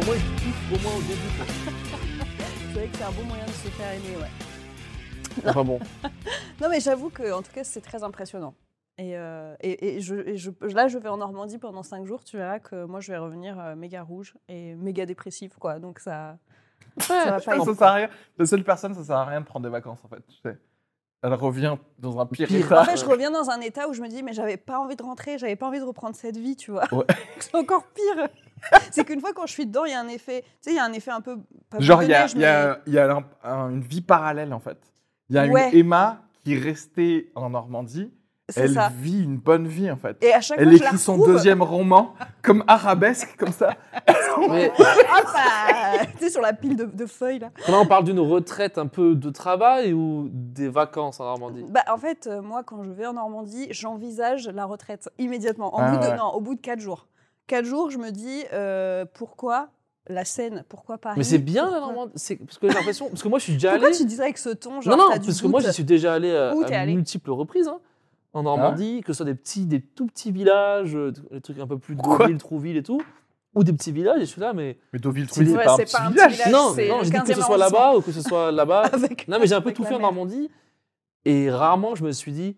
Au moins, je kiffe, au moins au début. C'est vrai que c'est un bon moyen de se faire aimer, ouais. Enfin bon, Non, mais j'avoue que, en tout cas, c'est très impressionnant. Et, euh, et- et je, et je- là, je vais en Normandie pendant 5 jours, tu verras que moi, je vais revenir euh, méga rouge et méga dépressif, quoi. Donc ça. Ça va Je pas pense être- que ça sert à rien. La seule personne, ça sert à rien de prendre des vacances en fait. Tu sais. Elle revient dans un pire, Pire. état. En fait, je reviens dans un état où je me dis, mais j'avais pas envie de rentrer, j'avais pas envie de reprendre cette vie, tu vois. Ouais. c'est encore pire. c'est qu'une fois quand je suis dedans, il y a un effet, tu sais, il y a un effet un peu. pas Genre, il y a, bourdonnage, il y a- mais- il y a un- un- une vie parallèle en fait. Il y a Ouais. une Emma qui est restée en Normandie. C'est Elle ça. vit une bonne vie en fait. Et à chaque Elle fois, je la écrit son retrouve, deuxième roman comme arabesque, comme ça. Mais Hop, ah, tu sais, sur la pile de, de feuilles, là. là, on parle d'une retraite un peu de travail ou des vacances en Normandie Bah, en fait, euh, moi, quand je vais en Normandie, j'envisage la retraite immédiatement. En Ah bout de, ouais. Non, au bout de 4 jours. 4 jours, je me dis euh, pourquoi la Seine Pourquoi Paris Mais c'est bien la Pourquoi- Normandie c'est- Parce que j'ai l'impression. Parce que moi, je suis déjà Pourquoi allé. tu dis ça avec ce ton genre, Non, non, t'as du parce que moi, doute j'y suis déjà allé à, Où à t'es allé multiples reprises. hein, en Normandie, que ce soit des, petits, des tout petits villages, euh, des trucs un peu plus Quoi Deauville, Trouville et tout. Ou des petits villages, et je suis là, mais. Mais Deauville, C'est- c'est Ouais, pas un c'est petit pas un petit village. village. non, c'est non, le j'ai dit que 15e ce soit là-bas ou que ce soit là-bas. Avec- non, mais j'ai un peu avec tout la fait en mer. Normandie. Et rarement, je me suis dit,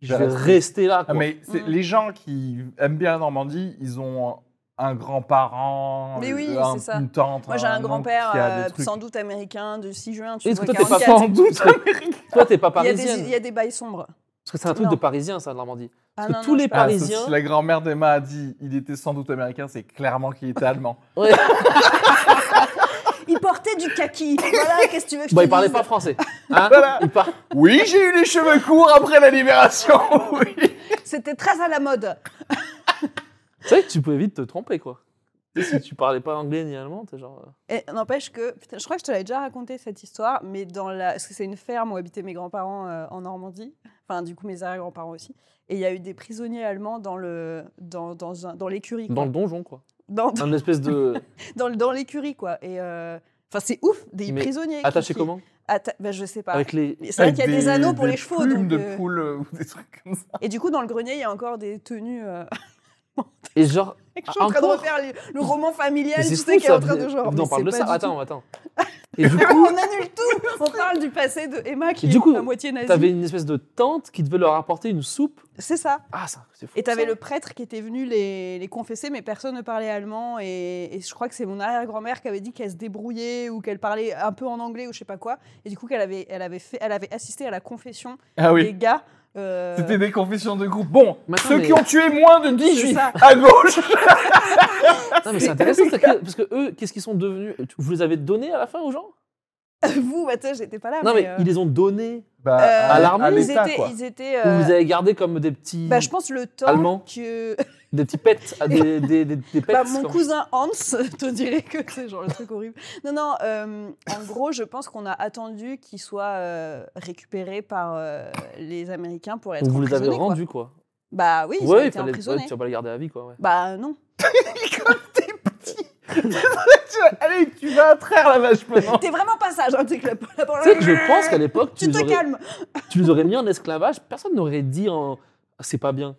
je Je vais reste. rester là. Ah, Quoi. mais c'est- Mm. les gens qui aiment bien la Normandie, ils ont un grand-parent, Mais oui, un- c'est ça. une tante. Moi, j'ai Ah, un oncle grand-père, qui a des euh, trucs. Ah, sans doute américain, de 6 juin. Tu Et vois, est-ce que toi, t'es pas 44. sans doute Toi, t'es pas Il y a des- parisienne. Il y a des bails sombres. Parce que c'est un truc Non. de parisien, ça, de Normandie. Ah, que non, tous non, les je- Ah, ça, Parisien. si la grand-mère d'Emma a dit il était sans doute américain, c'est clairement qu'il était allemand. Ouais. Il portait du kaki. Voilà, qu'est-ce que tu veux que je Bon, te Bah, il parlait dise pas français. Hein Voilà. Il par- oui, j'ai eu les cheveux courts après la libération. oui. C'était très à la mode. C'est vrai que tu pouvais vite te tromper, quoi. Tu sais, Si tu parlais pas anglais ni allemand, t'es genre. euh, Et n'empêche que, putain, je crois que je te l'avais déjà raconté cette histoire, mais dans la, parce que c'est une ferme où habitaient mes grands-parents euh, en Normandie, enfin du coup mes arrière-grands-parents aussi, et il y a eu des prisonniers allemands dans le dans dans, un- dans l'écurie, Dans quoi. le donjon, quoi. dans dans, Un espèce de. dans, le- dans l'écurie quoi. Et euh, enfin c'est ouf des Mais prisonniers. qui- Attaché qui- comment atta- ben, je sais pas. Avec les. C'est vrai qu'il y a des, anneaux pour des les chevaux. Plumes Donc, de euh, poule euh, ou des trucs comme ça. Et du coup dans le grenier il y a encore des tenues. euh, Et genre. je suis en train de encore refaire le, le roman familial. Mais Tu c'est sais fou, qui est en ça. train de genre. On en mais parle de c'est ça. pas du tout- Attends, attends. Et du coup, On annule tout. On parle du passé de Emma qui Et du est coup, à moitié nazie. t'avais une espèce de tante qui devait leur apporter une soupe. C'est ça. Ah, ça, c'est fou. Et t'avais ça. le prêtre qui était venu les, les confesser, mais personne ne parlait allemand. Et, et je crois que c'est mon arrière-grand-mère qui avait dit qu'elle se débrouillait ou qu'elle parlait un peu en anglais ou je sais pas quoi. Et du coup, qu'elle avait, elle avait, fait, elle avait assisté à la confession Ah des oui. gars. euh, C'était des confessions de groupe. Bon, Maintenant, ceux mais- qui ont tué moins de 10 C'est juifs ça. à gauche. Non, mais c'est intéressant parce que, parce que eux, qu'est-ce qu'ils sont devenus Vous les avez donnés à la fin aux gens Vous, bah, tu sais, j'étais pas là. Non, mais euh, ils les ont donnés. Bah, euh, à l'armée, ils l'État, étaient, quoi. ils étaient, Ou euh, vous avez gardé comme des petits. bah, je pense le temps Allemands. que Des petits pets, à des, des, des, des pets. Bah, mon comme- cousin Hans te dirait que c'est genre le truc horrible. Non, non, euh, en gros, je pense qu'on a attendu qu'il soit euh, récupéré par euh, les Américains pour être Donc vous les avez emprisonné, quoi. rendus, quoi. Bah oui, ils ont ouais, il été fallait, ouais, emprisonnés. tu vas pas les garder à vie, quoi. Ouais. bah non. Allez, tu vas traire la vache maintenant. T'es vraiment pas sage, hein, t'es que la, la Tu sais que je pense qu'à l'époque, tu, Tu les te aurais- calmes tu les aurais mis en esclavage, personne n'aurait dit en... Ah, c'est pas bien.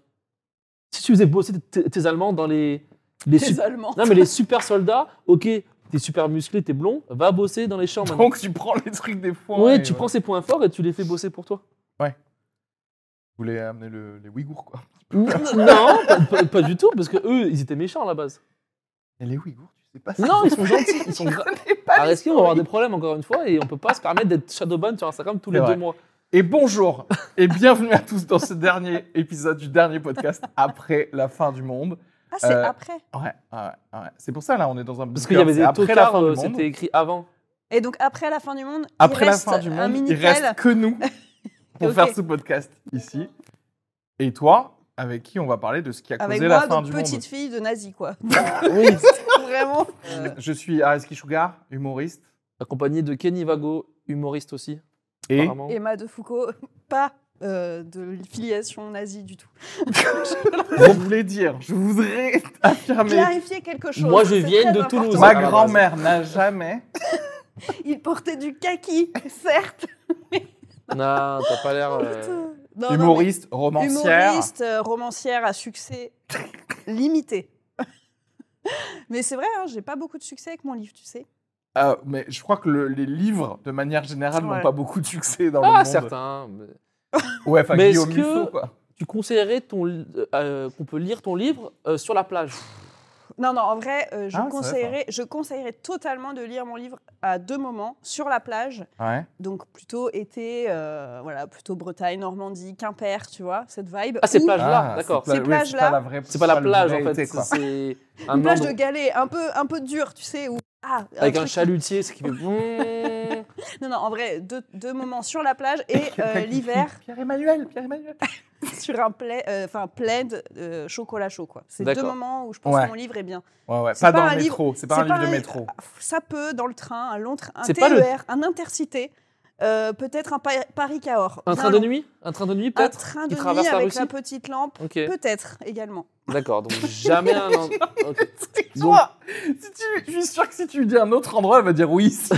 Si tu faisais bosser tes, tes Allemands dans les. les Les sup- Allemands. Non, mais les super soldats, ok, t'es super musclé, t'es blond, va bosser dans les champs Oh, maintenant. Donc tu prends les trucs des fois. ouais, et tu prends ses points forts et tu les fais bosser pour toi. Vous voulez amener le- les Ouïghours, quoi. non, pas, pas- pas du tout, parce que eux, ils étaient méchants à la base. Et les Ouïghours, tu sais. C'est pas ça. Non, ils sont gentils. Ils sont gra- connais pas Areski, on va avoir des problèmes encore une fois et on peut pas se permettre d'être shadowban sur Instagram tous les C'est vrai. deux mois. Et bonjour et bienvenue à tous dans ce dernier épisode du dernier podcast après la fin du monde. Ah, c'est Euh, après. Ouais, ouais, ouais. C'est pour ça là, on est dans un Parce qu'il y avait bunker, c'est des après la tocards, fin euh, du hein. monde. c'était écrit avant. Et donc, après la fin du monde, Après il la reste fin du un monde, il mini reste que nous pour Ok. faire ce podcast ici. Et toi, avec qui on va parler de ce qui a avec causé moi, la fin donc du petite monde. fille de nazi, quoi. Oui, Vraiment. Euh, je suis Areski Sugar, humoriste Accompagné de Kenny Vago, humoriste aussi, et apparemment. Emma de Foucault, pas euh, de filiation nazie du tout. je voulais dire, je voudrais affirmer Clarifier quelque chose. Moi, je c'est viens très de important. Toulouse. ma grand-mère n'a jamais Il portait du kaki, certes. Non, t'as pas l'air. euh, Non, non, mais humoriste, romancière. humoriste, euh, romancière à succès limité. mais c'est vrai, hein, j'ai pas beaucoup de succès avec mon livre, tu sais. Euh, mais je crois que le- les livres, de manière générale, Ouais. n'ont pas beaucoup de succès dans le Ah, monde. certains. mais- Ouais, enfin, Mais Guillaume est-ce que- Musso, quoi. Tu conseillerais ton, li- euh, qu'on peut lire ton livre euh, sur la plage Non, non, en vrai, euh, je, Ah, c'est vrai, conseillerais, je conseillerais totalement de lire mon livre à deux moments, sur la plage, Ouais. donc plutôt été, euh, voilà, plutôt Bretagne, Normandie, Quimper, tu vois, cette vibe. Ah, ces Ou plages-là, Ah, d'accord. c'est pas- Ces oui, plages-là, C'est pas la vraie. C'est pas la le plage, en vrai fait. été, c'est- quoi. C'est un Une plage endroit- de galets, un peu, un peu dur, tu sais, où... Ah, Avec un truc- chalutier, ce qui fait. Mmh. Vroom. Non, non, en vrai, deux, deux moments sur la plage et euh, l'hiver Pierre-Emmanuel, Pierre-Emmanuel. sur un plaid, euh, enfin plaid euh, chocolat chaud quoi. C'est deux D'accord. moments où je pense Ouais. que mon livre est bien. Ouais, ouais, C'est pas, pas dans un le livre- métro. C'est pas un c'est livre pas de un- Ah, métro. Ça peut dans le train, un long train, un C'est TER, pas le- un intercité, euh, peut-être un Pa- Paris-Cahors. Un bien train de long. nuit Un train de nuit, Un peut-être train de qui nuit traverse la avec Russie la petite lampe, Ok, Ah, peut-être également. d'accord. Donc jamais un. en- ok. Toi, si tu, je suis sûr que si tu lui dis un autre endroit, elle va dire oui. si.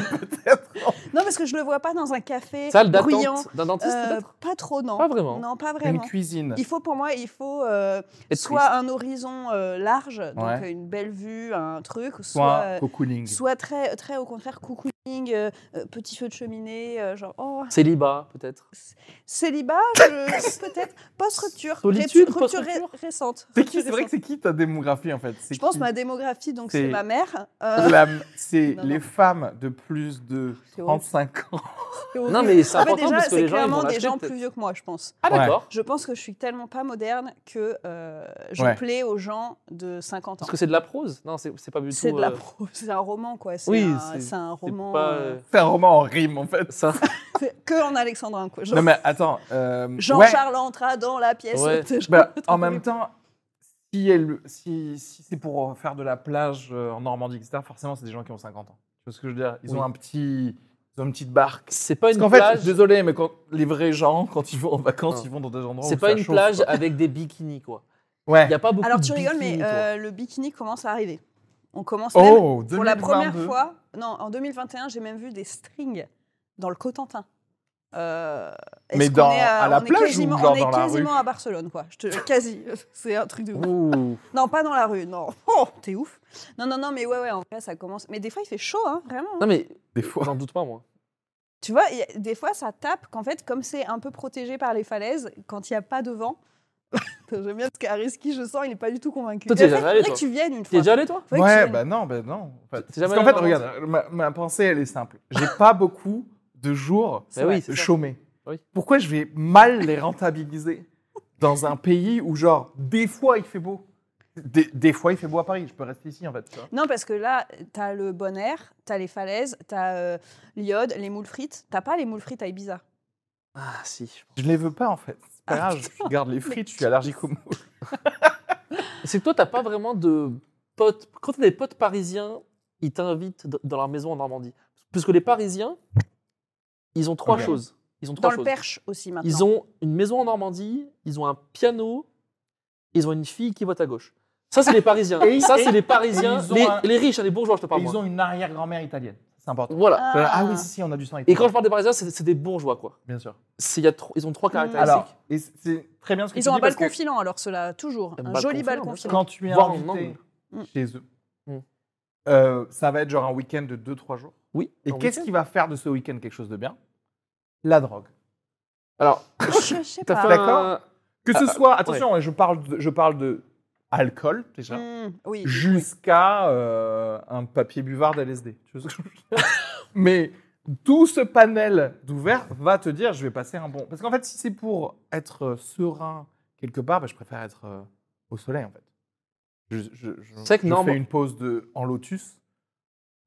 Non, parce que je le vois pas dans un café Salle bruyant. d'attente d'un dentiste, Euh, peut-être pas trop, non. Pas vraiment. Non, pas Une vraiment. cuisine. Il faut pour moi, il faut euh, Être soit un horizon euh, large, donc Ouais. euh, une belle vue, un truc, soit, Soit euh, un cocooning. soit très, euh, très au contraire cocooning, euh, euh, petit feu de cheminée, euh, genre oh, Célibat, peut-être. célibat, je- peut-être post-rupture, Solitude, rupture, rupture ré- récente. C'est qui rupture C'est vrai que récente. c'est qui ta démographie en fait C'est Je pense qui ma démographie, donc c'est C'est- ma mère. euh, La- C'est Non, non. les femmes de plus de c'est horrible, 35 ans. c'est horrible. Non, mais c'est En fait, important déjà, parce que les c'est gens. ils vont clairement des l'acheter, gens peut-être. plus vieux que moi, je pense. Ah, Ouais. d'accord. Je pense que je suis tellement pas moderne que euh, je Ouais. plais aux gens de 50 ans. Parce que c'est de la prose Non, c'est c'est pas du tout. C'est de la euh, pro- c'est un roman quoi. C'est Oui, un, c'est- c'est un c'est roman pas, euh, euh, C'est un roman en rime en fait. Ça. c'est que en alexandrin quoi. Genre, Non mais attends. euh, ouais. Jean-Charles entra dans la pièce. Ouais. C'est genre Bah, le truc en horrible. même temps, si, elle- si, si c'est pour faire de la plage euh, en Normandie, etc., forcément, c'est des gens qui ont 50 ans. Tu vois ce que je veux dire Ils ont Oui. un petit, ils ont une petite barque. C'est pas Parce une qu'en plage. fait, désolé, mais quand les vrais gens, quand ils vont en vacances, Non. ils vont dans des endroits où Ah. C'est pas ça une chauffe, plage quoi. avec des bikinis, quoi. Il Ouais. n'y a pas beaucoup Alors de tu rigoles, mais bikinis, quoi. euh, le bikini commence à arriver. On commence même Oh, pour la première 2022. fois. Non, en 2021, j'ai même vu des strings dans le Cotentin. Euh, est-ce Mais qu'on dans- est à, à la on est plage ou quasiment, genre on est dans la quasiment à Barcelone, quoi. Je te, quasi, c'est un truc de ouf. Ouh. Non, pas dans la rue, non. Oh, t'es ouf. Non, non, non, mais ouais, ouais, en vrai, ça commence. Mais des fois, il fait chaud, hein, vraiment. hein. Non, mais Des fois. j'en doute pas, moi. Tu vois, il y a- des fois, ça tape qu'en fait, comme c'est un peu protégé par les falaises, quand il n'y a pas de vent. J'aime bien ce qu'Ariski, je sens, il n'est pas du tout convaincu. Toi, t'y es Il faudrait- jamais allé, faudrait que toi. tu viennes une T'y es fois. déjà allé, toi Faudrait que tu ouais, viennes. bah non, bah non. en fait. C'est Parce jamais qu'en fait, la regarde, ma, ma pensée, elle est simple. J'ai pas beaucoup de jours Bah oui, c'est ça. chômés. Oui. Pourquoi je vais mal les rentabiliser dans un pays où, genre, des fois il fait beau des, des fois il fait beau à Paris, je peux rester ici en fait. tu vois. Non, parce que là, t'as le bon air, t'as les falaises, t'as euh, l'iode, les moules frites. T'as pas les moules frites à Ibiza. Ah, si. Je les veux pas en fait. C'est pas grave, je garde les frites, je suis allergique aux mots. C'est que toi, t'as pas vraiment de potes. Quand t'as des potes parisiens, ils t'invitent d- dans leur maison en Normandie. Parce que les Parisiens, ils ont trois Ok. choses. Ils ont Dans trois le choses. Perche aussi maintenant. Ils ont une maison en Normandie, ils ont un piano, ils ont une fille qui vote à gauche. Ça, c'est les Parisiens. Et- ça, et- c'est les Parisiens. ils ont Les, un- les riches, hein, les bourgeois, je te Et parle. ils moi. ont une arrière-grand-mère italienne, c'est important. Voilà. Ah, oui, si, si, on a du sang italien. Et quand je parle des Parisiens, c'est c'est des bourgeois, quoi. Bien sûr. C'est- il Y a trois- ils ont trois caractéristiques. Alors, et c'est- c'est très bien ce que tu Ils ont un dis parce balcon que- filant, alors cela, toujours. Un Un, balcon joli filant, balcon bien sûr. filant. quand tu es Voir en invité angle. chez eux, Mm. euh, ça va être genre un week-end de 2-3 jours. oui. Et en qu'est-ce week-end. qui va faire de ce week-end quelque chose de bien La drogue. Alors, Je sais t'as pas. fait D'accord. un- Que ce hein, Ah, soit, attention, je parle de, je parle de alcool déjà, Mm, oui. jusqu'à euh, un papier buvard d'LSD. Tu vois ce que je veux dire Mais tout ce panel d'ouvert va te dire je vais passer un bon. Parce qu'en fait, si c'est pour être euh, serein quelque part, bah, je préfère être euh, au soleil en fait. Je, je, je- C'est vrai que je norme- fais une pause de, en lotus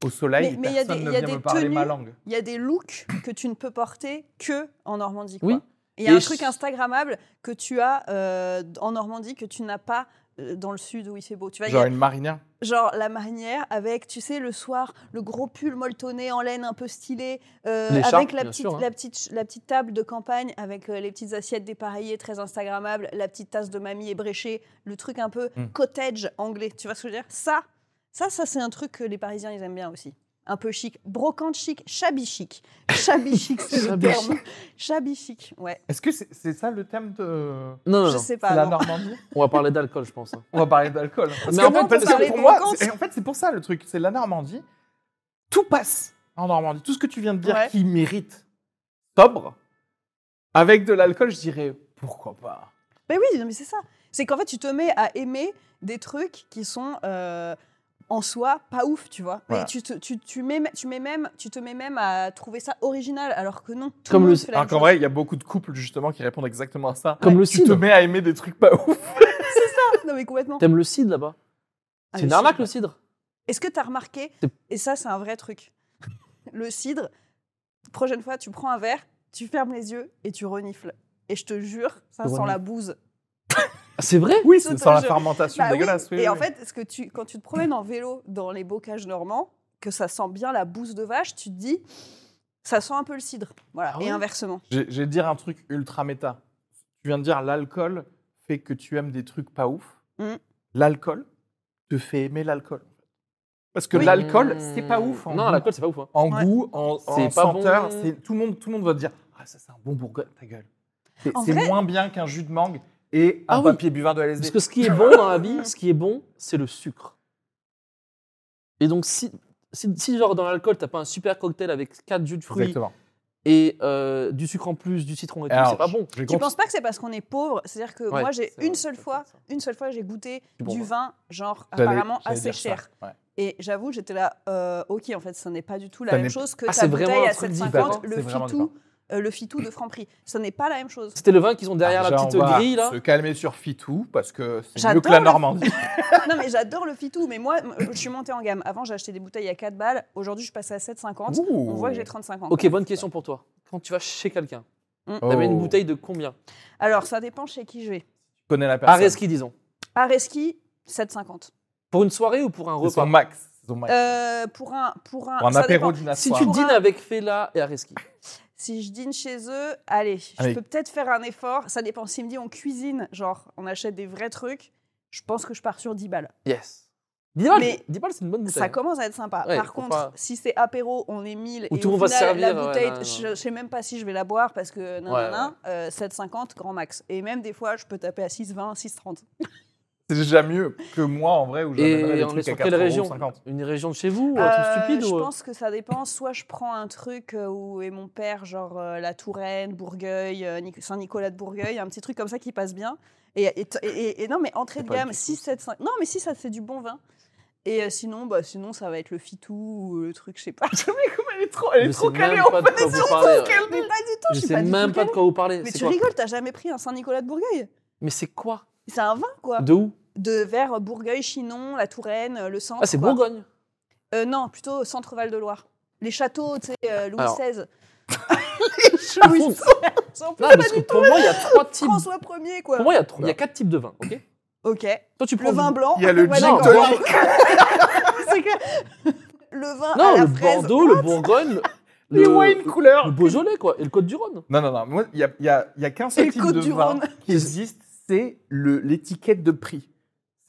au soleil. Mais- mais il y a personne des- ne il y a vient des me parler ma tenues. langue. Il y a des looks que tu ne peux porter que en Normandie. Oui. Quoi. Et Il y a Et un je- truc Instagrammable que tu as euh, en Normandie que tu n'as pas euh, dans le sud où il fait beau. Tu vois, Bah, il y a Genre une marinière. Genre la marinière avec, tu sais, le soir, le gros pull molletonné en laine un peu stylé, euh, L'écharpe, avec la bien petite, sûr, hein. la, petite, ch- la petite table de campagne avec euh, les petites assiettes dépareillées très instagrammables, la petite tasse de mamie ébréchée, le truc un peu Hmm. Mm. cottage anglais. Tu vois ce que je veux dire Ça, ça, ça c'est un truc que les Parisiens ils aiment bien aussi. Un peu chic, brocante chic, shabby chic. Shabby chic, c'est le Shabby terme. Shabby chic, ouais. Est-ce que c'est c'est ça le thème de Non, non, Je non. sais de pas. la non. Normandie On va parler d'alcool, je pense. hein. On va parler d'alcool. Parce Mais que en fait, parce on que parlait pour de moi, brocante. c'est- et en fait, c'est pour ça le truc. C'est la Normandie. Tout passe en Normandie. Tout ce que tu viens de dire Ouais. qui mérite sobre, avec de l'alcool, je dirais pourquoi pas. Ben oui, non, mais c'est ça. C'est qu'en fait, tu te mets à aimer des trucs qui sont euh, en soi pas ouf, tu vois. Voilà. Mais tu, te, tu, tu, mets, tu, mets même, tu te mets même à trouver ça original, alors que non. Tout Comme le le- monde fait la Alors même qu'en chose. vrai, il y a beaucoup de couples justement qui répondent exactement à ça. Comme le Tu te cidre. mets à aimer des trucs pas ouf. Non, mais complètement. T'aimes le cidre là-bas Ah, C'est le une arnaque cidre. le cidre Est-ce que t'as remarqué C'est- Et ça, c'est un vrai truc. le cidre, prochaine fois, tu prends un verre, tu fermes les yeux et tu renifles. Et je te jure, ça Je sent renifle. la bouse. Ah, C'est vrai Oui, Je c'est te sans la jure. fermentation Bah oui. dégueulasse. oui, Et oui, en oui. fait, ce que tu, quand tu te promènes en vélo dans les bocages normands, que ça sent bien la bouse de vache, tu te dis, ça sent un peu le cidre. Voilà. Ah ouais Et inversement. J'ai- je vais te dire un truc ultra méta. Tu viens de dire l'alcool fait que tu aimes des trucs pas ouf. Mm. L'alcool te fait aimer l'alcool. Parce que Oui. l'alcool, c'est pas ouf. En Mm. Non, goût, l'alcool, c'est pas ouf. hein. en, Ouais. goût, en, en C'est pas senteur, bon. c'est- tout, le monde, tout le monde va te dire Ah, ça, c'est un bon bourgogne, ta gueule. C'est En c'est vrai- moins bien qu'un jus de mangue et un Ah oui. papier buvard de LSD. Parce que ce qui est bon dans la vie, ce qui est bon, c'est le sucre. Et donc, si, si, si, genre dans l'alcool, t'as pas un super cocktail avec 4 jus de fruits Exactement. et euh, du sucre en plus, du citron et tout, Alors, c'est pas bon. Je Tu penses pas que c'est parce qu'on est pauvre C'est-à-dire que Ouais, moi, j'ai c'est une vrai, seule ça peut fois, être ça. une seule fois, j'ai goûté Du bon du vin. vin, genre J'allais- Ah, apparemment j'allais assez dire ça, cher. ouais. Et j'avoue, j'étais là, euh, ok, en fait, ça n'est pas du tout la Ça même n'est- chose que Ah, ta c'est vraiment bouteille un à truc 7,50, différent. C'est le vraiment fitou, euh, le fitou de Franprix. Ça n'est pas la même chose. C'était le vin qu'ils ont derrière la Déjà, petite on va grille là. Se calmer sur Fitou parce que c'est mieux J'adore que la le- Normandie. non, mais j'adore le fitou, mais moi, m- je suis montée en gamme. Avant, j'achetais des bouteilles à 4 balles. Aujourd'hui, je passe à 7,50. On voit que Oh. j'ai 35 ans. Ok, bonne question pour toi. Quand tu vas chez quelqu'un, t'avais Ah Oh. une bouteille de combien Alors, ça dépend chez qui je vais. Tu connais la personne. Areski, disons. Areski, 7,50. Pour une soirée ou pour un C'est son repas max. c'est son max. Euh, pour un, pour un, Pour un ça apéro dépend. d'une Si assoir. tu Pour dînes un- avec Fela et Areski, Si je dîne chez eux, allez, je Allez. peux peut-être faire un effort. Ça dépend. S'il me dit on cuisine, genre on achète des vrais trucs, je pense que je pars sur 10 balles. yes. Dis pas, Mais- dis pas, c'est une bonne bouteille. Ça commence à être sympa. Ouais, Par faut contre, pas- si c'est apéro, on est 1000 Ou et tout le au monde va se final, la servir, ouais, bouteille, non, non, je, non. je sais même pas si je vais la boire parce que nan, Ouais, nan, nan, euh, 7,50 grand max. Et même des fois, je peux taper à 6,20, 6,30. C'est déjà mieux que moi en vrai où j'amènerais Et des on est trucs à sur quelle 4,50 région Une région de chez vous ou Un Euh, truc stupide Je ou... pense que ça dépend. Soit je prends un truc euh, où est mon père, genre euh, la Touraine, Bourgueil, euh, Nic- Saint-Nicolas de Bourgueil, un petit truc comme ça qui passe bien. Et, et, et- et- et non, mais entrée C'est de pas gamme, du tout 6, 7, 5. Non, mais si ça, c'est du bon vin. Et euh, sinon, bah, sinon, ça va être le fitou ou le truc, je sais pas. Elle est trop, hein. Je sais même pas de quoi vous parlez. ouais. mais pas du tout, je Je suis sais pas du même tout pas de calée. quoi vous parlez. Mais C'est tu quoi rigoles, t'as jamais pris un Saint-Nicolas de Bourgueil Mais c'est quoi C'est un vin, quoi. De, De où vers Bourgueil, Chinon, la Touraine, euh, le centre. Ah, c'est quoi. Bourgogne. Euh, Non, plutôt centre-val de Loire. Les châteaux, tu sais, euh, Louis Alors. XVI. Par contre, C'est en plus non, pas parce du que pour moi, il y a trois types. François 1er, quoi. Pour moi, il y a trois- il y a quatre types de vins, ok Ok. Toi, tu prends Le du- vin blanc. Il y a le Ouais, gin d'accord. tonic. C'est que- Le vin à Non, la le fraise. Bordeaux, le Bourgogne, le, Les wine le couleurs. Beaujolais, quoi, et le Côte-du-Rhône. Non, non, non. moi, Il n'y a, il y a, il y a qu'un Et seul le type Côte de du vin Rhône. qui existe, c'est le- l'étiquette de prix.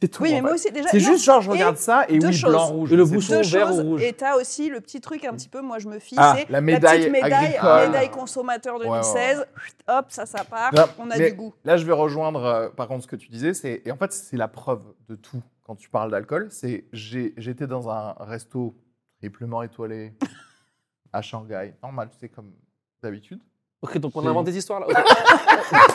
C'est tout. Oui, en mais moi fait. aussi, déjà. C'est non, juste genre, je et regarde ça et deux oui, choses. blanc, rouge. Et le c'est tout. bouchon. Deux vert choses. ou rouge. Et t'as aussi le petit truc un petit peu, moi je me fie, Ah, c'est la médaille petite médaille, agricole. médaille consommateur Ouais, ouais, ouais. 2016. Chut, Hop, ça, ça part. Non, on a mais- du goût. Là, je vais rejoindre, euh, par contre, ce que tu disais. c'est Et en fait, c'est la preuve de tout quand tu parles d'alcool. C'est j'ai- j'étais dans un resto triplement étoilé à Shanghai. Normal, tu sais, comme d'habitude. Ok, donc on C'est- invente des histoires là.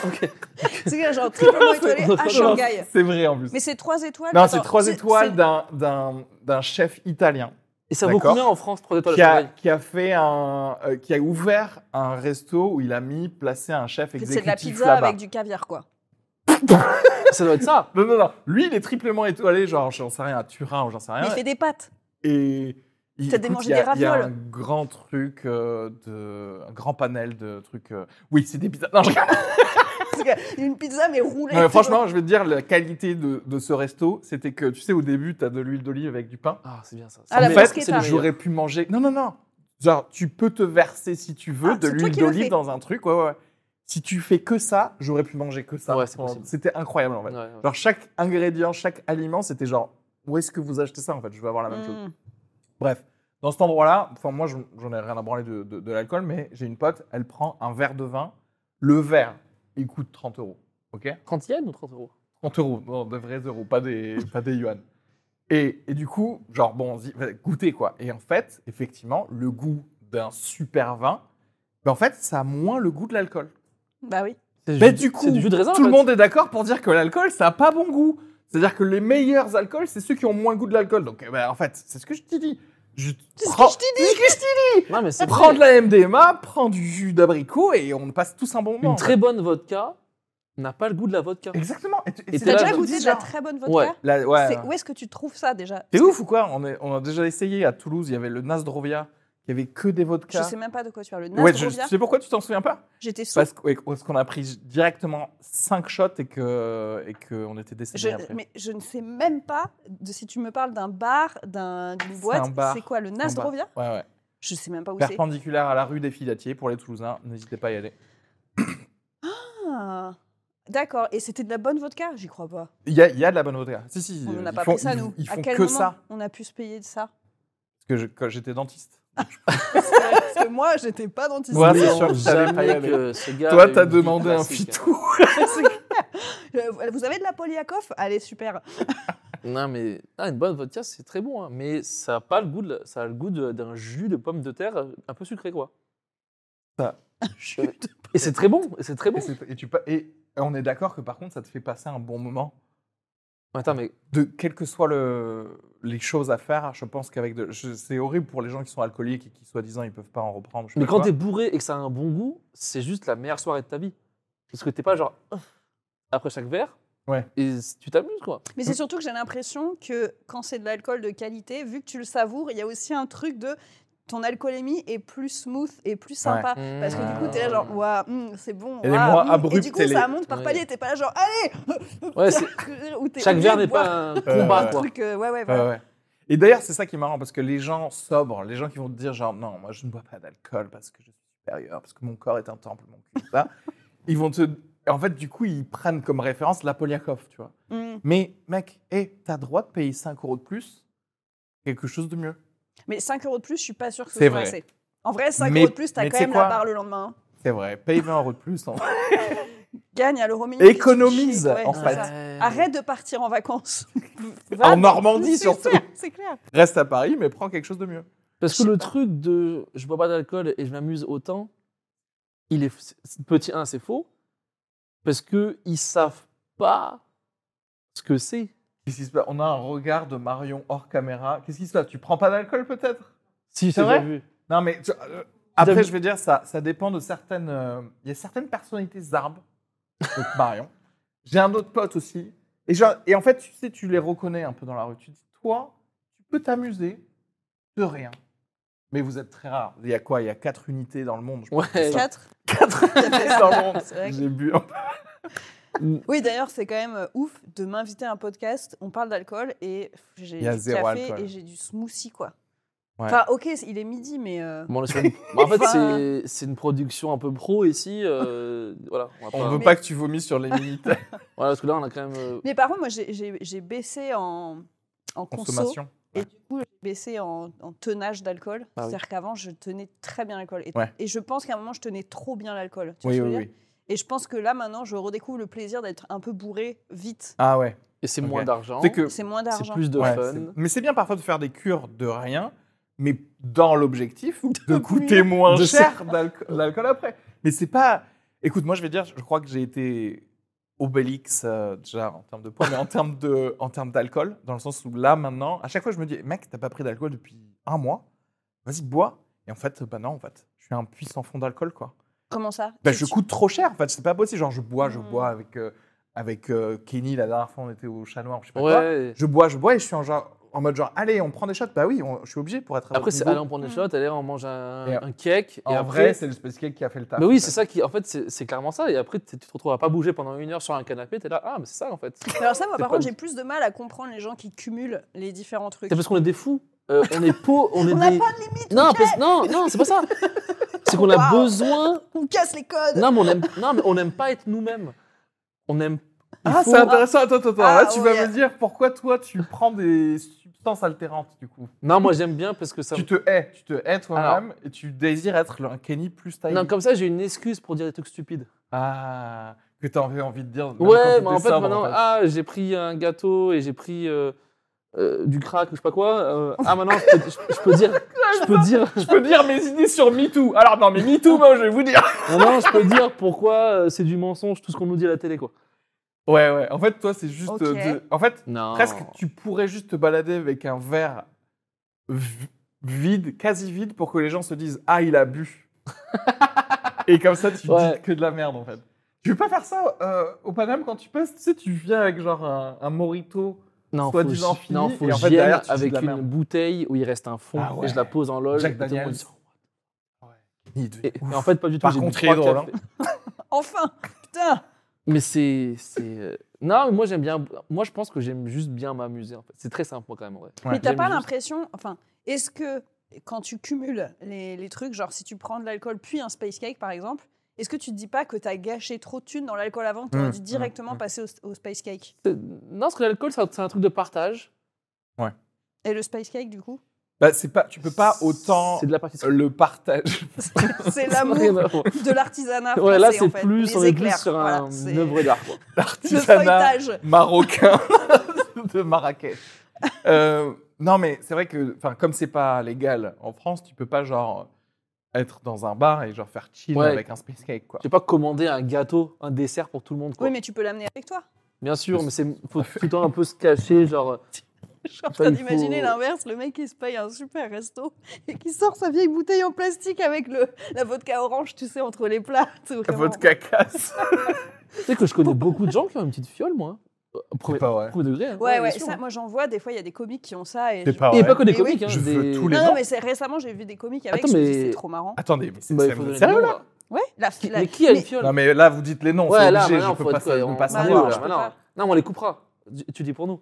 Ok. Ok. C'est genre triplement étoilé à Shanghai. C'est vrai en plus. Mais c'est trois étoiles. Non, attends, c'est trois étoiles c'est- d'un- d'un d'un chef italien Et ça vaut D'accord. combien en France 3 étoiles qui à a, Shanghai qui a fait un, euh, qui a ouvert un resto où il a mis placé un chef C'est de la exécutif pizza là-bas. avec du caviar, quoi. Ça doit être ça. Non, non, non. Lui, il est triplement étoilé, genre j'en sais rien, à Turin ou j'en sais Mais il rien. fait des pâtes. Et il T'as écoute, il démangé y a- des Il y a un ravioles. grand truc euh, de, un grand panel de trucs. euh, Oui, c'est des pizzas. Non, je rigole. Parce que Une pizza, mais roulée. Mm. Non, mais franchement, je vais te dire la qualité de, de ce resto, c'était que tu sais au début, t'as de l'huile d'olive avec du pain. Ah, c'est bien ça. Ah, Ça, la mais- en bruschetta. fait, c'est le meilleur. j'aurais pu manger. Non, non, non. Genre, tu peux te verser si tu veux Ah, de c'est toi l'huile qui le d'olive fais. dans un truc. Ouais, ouais. ouais. Si tu fais que ça, j'aurais pu manger que ça. Ouais, c'est Pendant- possible. C'était incroyable en fait. Ouais, ouais. Genre, chaque ingrédient, chaque aliment, c'était genre, où est-ce que vous achetez ça en fait Je veux avoir la même chose. Mm. Bref, dans cet endroit-là, enfin moi j'en j'en ai rien à branler de, de- de l'alcool, mais j'ai une pote, elle prend un verre de vin. Le verre, il coûte 30 euros. Ok 30 yens ou 30 euros 30 euros, non, de vrais euros, pas des, pas des yuan. Et, et du coup, genre, bon, on se dit, vas-y, goûtez quoi. Et en fait, effectivement, le goût d'un super vin, ben en fait, ça a moins le goût de l'alcool. Bah oui. C'est Mais jus- du coup, c'est du jus de raisin. en Tout le fait. monde est d'accord pour dire que l'alcool, ça n'a pas bon goût. C'est-à-dire que les meilleurs alcools, c'est ceux qui ont moins le goût de l'alcool. Donc, eh ben, en fait, c'est ce que je te dis. Je prends- C'est ce que je te Non, mais c'est dis. Prends de la MDMA, prends du jus d'abricot et on passe tous un bon moment. Une très bonne vodka n'a pas le goût de la vodka. Exactement. Et, tu- et Et c'est T'as t'as là déjà que je me goûté dis, de la genre, très bonne vodka Ouais. la- ouais. C'est- Où est-ce que tu trouves ça déjà T'es ouf ou quoi on, est- on a déjà essayé à Toulouse, il y avait le Nasdrovia, il y avait que des Je vodkas. sais même pas de quoi tu parles. Le Ouais, je- tu Nasdrovia, sais pourquoi tu t'en souviens pas j'étais sous. Parce que- ouais, parce qu'on a pris directement 5 shots et que et que on était décédés Je- après. mais je ne sais même pas de si tu me parles d'un bar, d'un- d'une C'est boîte. un bar. C'est quoi le En bas. Nasdrovia Ouais, ouais. Je sais même pas où c'est. Perpendiculaire à la rue des Filatiers pour les Toulousains, n'hésitez pas à y aller. Ah, D'accord. Et c'était de la bonne vodka J'y crois pas. Il y a, il y a de la bonne vodka. Si si. On euh, n'en a ils pas font- pris ça ils- nous. Ils à font quel que moment ça on a pu se payer de ça parce que je- quand j'étais dentiste. Parce que parce que moi, j'étais pas dentiste. Ouais, Mais c'est on sûr que sait t'avais pas y jamais aller. que ce gars Ah, a Toi une t'as vie demandé un classique. hein. fitou. Euh, Vous avez de la Poliakov Allez, super. Non, mais ah, une bonne vodka, c'est très bon. hein. Mais ça a pas le goût, de la- ça a le goût de- d'un jus de pomme de terre un peu sucré, quoi. Ça. Et c'est très bon. Et c'est très bon. Et, c'est- et tu pa- et on est d'accord que par contre ça te fait passer un bon moment. Attends, mais de quelles que soient le, les choses à faire, je pense qu'avec de, je- c'est horrible pour les gens qui sont alcooliques et qui soi-disant ils peuvent pas en reprendre. je sais mais pas quand quoi. t'es bourré et que ça a un bon goût, c'est juste la meilleure soirée de ta vie. Parce que t'es pas genre après chaque verre. Ouais. Et tu t'amuses, quoi. Mais c'est surtout que j'ai l'impression que quand c'est de l'alcool de qualité, vu que tu le savoures, il y a aussi un truc de ton alcoolémie est plus smooth et plus sympa. Ah, Parce que du coup, t'es là genre, Ouah, hmm, c'est bon. Ah. Elle est ouah, moins hmm. abrupte, Et du coup, elle ça est- monte par Ouais. palier. T'es pas là genre, allez Mmh. Ouais, c'est- Ou t'es chaque obligé verre de n'est boire pas un Euh, combat, un quoi. truc. euh, ouais, ouais, Ouais, voilà. ouais. Et d'ailleurs, c'est ça qui est marrant parce que les gens sobres, les gens qui vont te dire genre non, moi je ne bois pas d'alcool parce que je suis supérieur, parce que mon corps est un temple, mon cul, ça. ils vont te, en fait, du coup, ils prennent comme référence la Poliakov, tu vois. Hmm. Mais mec, hé, t'as droit de payer 5 euros de plus, quelque chose de mieux. Mais 5 euros de plus, je suis pas sûre que ce C'est soit vrai. assez. En vrai, 5 Mais- euros de plus, mais t'as quand tu sais même quoi la barre le lendemain. hein. C'est vrai, paye 20 euros de plus. en vrai. Gagne à l'euro minimum. et tu te Économise, chies, ouais, en c'est fait. ça. Ouais. Arrête de partir en vacances. En Normandie, C'est surtout. clair, C'est clair. Reste à Paris, mais prends quelque chose de mieux. Parce que le truc de je bois pas d'alcool et je m'amuse autant, il est c'est- petit un, c'est faux parce que ils savent pas ce que c'est. Qu'est-ce qui se passe On a un regard de Marion hors caméra. Qu'est-ce qui se passe Tu prends pas d'alcool peut-être Si c'est vrai déjà vu. Non, mais tu- euh, après, David- je vais dire ça. Ça dépend de certaines. euh, Il y a certaines personnalités zarbes. Donc Marion. J'ai un autre pote aussi. Et, genre, et en fait, tu sais, tu les reconnais un peu dans la rue. Tu dis, toi, tu peux t'amuser de rien. Mais vous êtes très rares. Il y a quoi Il y a quatre unités dans le monde. je pense. Ouais. 4. dans le monde. C'est vrai que- J'ai bu. Oui, d'ailleurs, c'est quand même euh, ouf de m'inviter à un podcast. On parle d'alcool et j'ai Il y a du zéro café alcool. et j'ai du smoothie, quoi. Ouais. Enfin, ok, c'est- il est midi, mais. euh, Bon, on est sur une- Bon, en fait, Enfin. euh. c'est- c'est une production un peu pro ici. euh, voilà, on va On pas- veut Mais- pas que tu vomis sur les militaires. voilà, parce que là, on a quand même. euh, Mais par contre, moi, j'ai- j'ai j'ai baissé en, en conso, Consommation. Et du coup, j'ai baissé en, en tenage d'alcool. Ah oui. C'est-à-dire qu'avant, je tenais très bien l'alcool. Et, Ouais. et je pense qu'à un moment, je tenais trop bien l'alcool. Tu vois Oui, ce que je oui, veux oui. dire Et je pense que là, maintenant, je redécouvre le plaisir d'être un peu bourré vite. Ah ouais. Et c'est Ok. moins d'argent. C'est que C'est moins Euh, C'est d'argent. plus de Ouais, fun. c'est- Mais c'est bien parfois de faire des cures de rien, mais dans l'objectif de coûter mieux- moins de cher d'alco- l'alcool après. Mais c'est pas. Écoute, moi je vais dire, je crois que j'ai été obélix euh, déjà en termes de poids, mais en termes de, en termes d'alcool, dans le sens où là maintenant, à chaque fois je me dis, mec, t'as pas pris d'alcool depuis un mois, vas-y bois. Et en fait, bah non, en fait, je suis un puissant fond d'alcool quoi. Comment ça Bah, Tu- je tu- coûte trop cher. En fait, c'est pas possible. Genre, je bois, je Mm. bois avec, euh, avec euh, Kenny. La dernière fois, on était au chat noir, je sais pas quoi. Ouais. Je bois, je bois et je suis en, genre, en mode genre, allez, on prend des shots. Bah oui, on- je suis obligé pour être à Après, votre c'est niveau. aller en prendre des shots, aller en manger un, Et- un cake. En et après- vrai, c'est le space cake qui a fait le taf. Mais oui, en c'est fait. ça qui. En fait, c'est c'est clairement ça. Et après, tu tu te retrouves à pas bouger pendant une heure sur un canapé. T'es là, ah, mais c'est ça en fait. Mais Alors ça, moi, par C'est pas contre, une- j'ai plus de mal à comprendre les gens qui cumulent les différents trucs. C'est parce qu'on est des fous. Euh, on est pauvres, on est On n'a des. pas de limite, non, parce- non, non, c'est pas ça. C'est qu'on a Wow. besoin. on casse les codes. Non, mais on aime, non, mais on n'aime pas être nous-mêmes. On aime. il Ah, faut- c'est intéressant. Attends, attends, attends. Ah, Là, tu vas ouais. me dire pourquoi toi, tu prends des substances altérantes du coup. Non, moi j'aime bien parce que ça. Tu te hais, tu te hais toi-même et tu désires être le- un Kenny plus stylé. Non, comme ça, j'ai une excuse pour dire des trucs stupides. Ah, que t'as envie envie de dire. même quand Ouais, t'étais mais en fait, sobre, maintenant, en fait. ah, j'ai pris un gâteau et j'ai pris euh, euh, du crack ou je sais pas quoi. euh, ah, maintenant, je peux, je- je peux dire. Je peux dire. Je peux dire mes idées sur MeToo. Alors, non, mais MeToo, moi, je vais vous dire. Maintenant, je peux dire pourquoi euh, c'est du mensonge tout ce qu'on nous dit à la télé, quoi. Ouais, ouais. En fait, toi, c'est juste. Ok. euh, de- En fait, Non. presque, tu pourrais juste te balader avec un verre v- vide, quasi vide, pour que les gens se disent Ah, il a bu. Et comme ça, tu Ouais. dis que de la merde, en fait. Tu veux pas faire ça euh, au Paname quand tu passes Tu sais, tu viens avec genre un, un morito. Non, faut, soi-disant que j'y- non, fini, faut et en que fait, j'y aille derrière, tu dis de avec la une merde. bouteille où il reste un fond Ah ouais. et je la pose en loge. Jack et tout le monde Daniels. dit, Il Et- devait- mais en fait, pas du tout. Par j'ai bu contre, trois il est drôle, hein. cafés. Enfin, putain. Mais c'est. c'est, euh, Non, mais moi, j'aime bien. Moi, je pense que j'aime juste bien m'amuser. En fait. C'est très simple, moi, quand même. en vrai. Ouais. Mais t'as J'aime pas juste- l'impression, enfin, est-ce que quand tu cumules les, les trucs, genre si tu prends de l'alcool puis un space cake par exemple, est-ce que tu te dis pas que t'as gâché trop de thunes dans l'alcool avant, que t'aurais Mmh, dû mmh, directement mmh. passer au, au space cake C'est- Non, parce que l'alcool, c'est un- c'est un truc de partage. Et le space cake du coup Bah, c'est pas, tu peux pas autant C'est de la pâtisserie. le partage. C'est Ça n'a rien l'amour à voir. de l'artisanat français Ouais, là, en c'est fait. plus, Les on est plus éclairs, sur voilà, un c'est- œuvre d'art. quoi. Le L'artisanat feuilletage marocain de Marrakech. Euh, non, mais c'est vrai que, enfin, comme c'est pas légal en France, tu peux pas genre être dans un bar et genre faire chill Ouais. avec un space cake quoi. Je vais pas commander un gâteau, un dessert pour tout le monde. Quoi. Oui, mais tu peux l'amener avec toi. Bien sûr, mais c'est faut tout le temps un peu se cacher, genre. Je suis en Ça, train il d'imaginer faut- l'inverse, le mec qui se paye un super resto et qui sort sa vieille bouteille en plastique avec le, la vodka orange, tu sais, entre les plats. c'est vraiment- Votre cacasse. Tu sais que je connais beaucoup de gens qui ont une petite fiole, moi. hein. Au Premier, pas vrai. premier degré. hein. Ouais, bien ouais, sûr, ça, hein. moi j'en vois, des fois il y a des comiques qui ont ça. Et C'est je- pas Et vrai. pas que des Mais oui. comiques. hein, Ah Je des- veux tous les Non, non, gens. mais c'est récemment j'ai vu des comiques avec, Attends, je me dis, mais- c'est trop marrant. Attendez, mais c'est Bah, il c'est- faut donner sérieux le nom, là là. Ouais, la, fi- la- Mais qui a une mais- fiole Non mais là vous dites les noms, Ouais, c'est là, obligé, maintenant, je faut peux pas, être sa- je peux cohérent. pas Bah, savoir. non, là, je peux maintenant. pas. Non, on les coupera. Tu- Tu dis pour nous.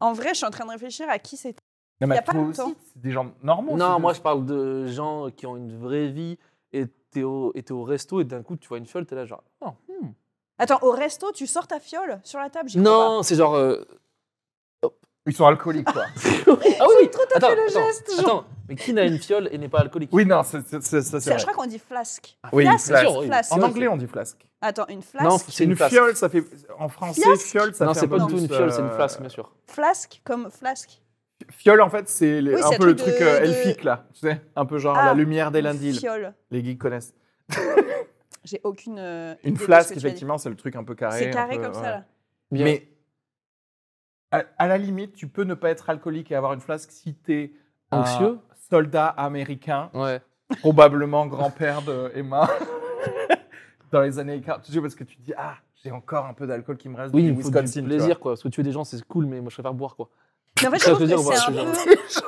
En vrai, je suis en train de réfléchir à qui c'est. Non, mais y a pas toi longtemps. aussi, c'est des gens normaux. Non, c'est- moi je parle de gens qui ont une vraie vie et t'es au, et t'es au resto et d'un coup tu vois une fiole, t'es là genre. Oh, hmm. Attends, au resto, tu sors ta fiole sur la table j'y crois pas. Non, c'est genre. euh, ils sont alcooliques quoi. Ah oui, oui. attends, le attends, geste, genre. attends, mais qui n'a une fiole et n'est pas alcoolique oui non, c'est c'est- c'est- ça, c'est C'est- vrai. Je crois qu'on dit flasque. Ah, Oui, flasque, flasque. bien sûr, oui. Flasque. En C'est- anglais on dit flasque. Attends, une flasque Non, c'est C'est une une flasque. fiole, ça fait en français Flasque fiole, ça Non, fait c'est un pas peu du tout une plus, fiole, c'est une euh, flasque, bien sûr. Flasque comme flasque. Fiole, en fait, c'est les- Oui, un c'est peu un le truc truc de- euh, de- elfique, là. Tu sais, un peu genre Ah, la lumière des une lundis. Fiole. Les geeks connaissent. J'ai aucune. euh, idée Une de ce flasque, que tu as dit. effectivement, c'est le truc un peu carré. C'est un carré peu- comme ouais. ça là. Bien. Mais à, à la limite, tu peux ne pas être alcoolique et avoir une flasque si t'es un Anxieux soldat américain, Ah. Ouais. probablement grand-père de Emma, dans les années 40. Tu sais, parce que tu te dis, ah, j'ai encore un peu d'alcool qui me reste. Oui, du il me faut Wisconsin, du tu plaisir, quoi. Parce que tuer des gens, c'est cool, mais moi je préfère boire, quoi. Mais en fait, je Ça veut trouve dire, on que va c'est un se peu. dire.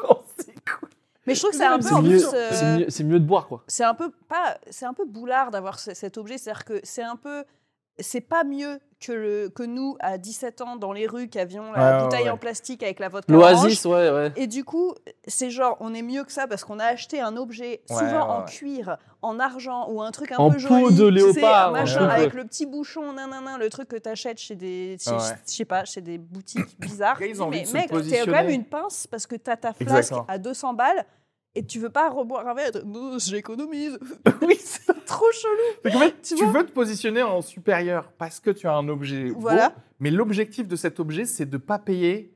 vois. Genre, c'est cool. Mais je trouve que c'est un peu C'est en mieux, plus. euh, c'est mieux- c'est mieux de boire, quoi. c'est un peu pas c'est un peu boulard d'avoir ce- cet objet c'est à dire que c'est un peu c'est pas mieux que le que nous à 17 ans dans les rues qui avions la Ouais, ouais, bouteille ouais. en plastique avec la vodka orange L'oasis, ouais, ouais. et du coup c'est genre on est mieux que ça parce qu'on a acheté un objet Ouais, souvent ouais, en ouais. cuir en argent ou un truc un En peu peau joli de tu sais, léopard, un ouais. machin Ouais. avec le petit bouchon nan nan, nan, le truc que t'achètes chez des chez- Ouais. je sais pas chez des boutiques bizarres Après, ils Tu dis, ont envie mais de se mec t'es quand positionner. même une pince parce que t'as ta flasque Exactement. à 200 balles et tu veux pas reboire un verre et te- Non, j'économise oui c'est trop chelou Fait qu'en fait, Tu tu, vois veux te positionner en supérieur parce que tu as un objet beau, Voilà. mais l'objectif de cet objet, c'est de ne pas payer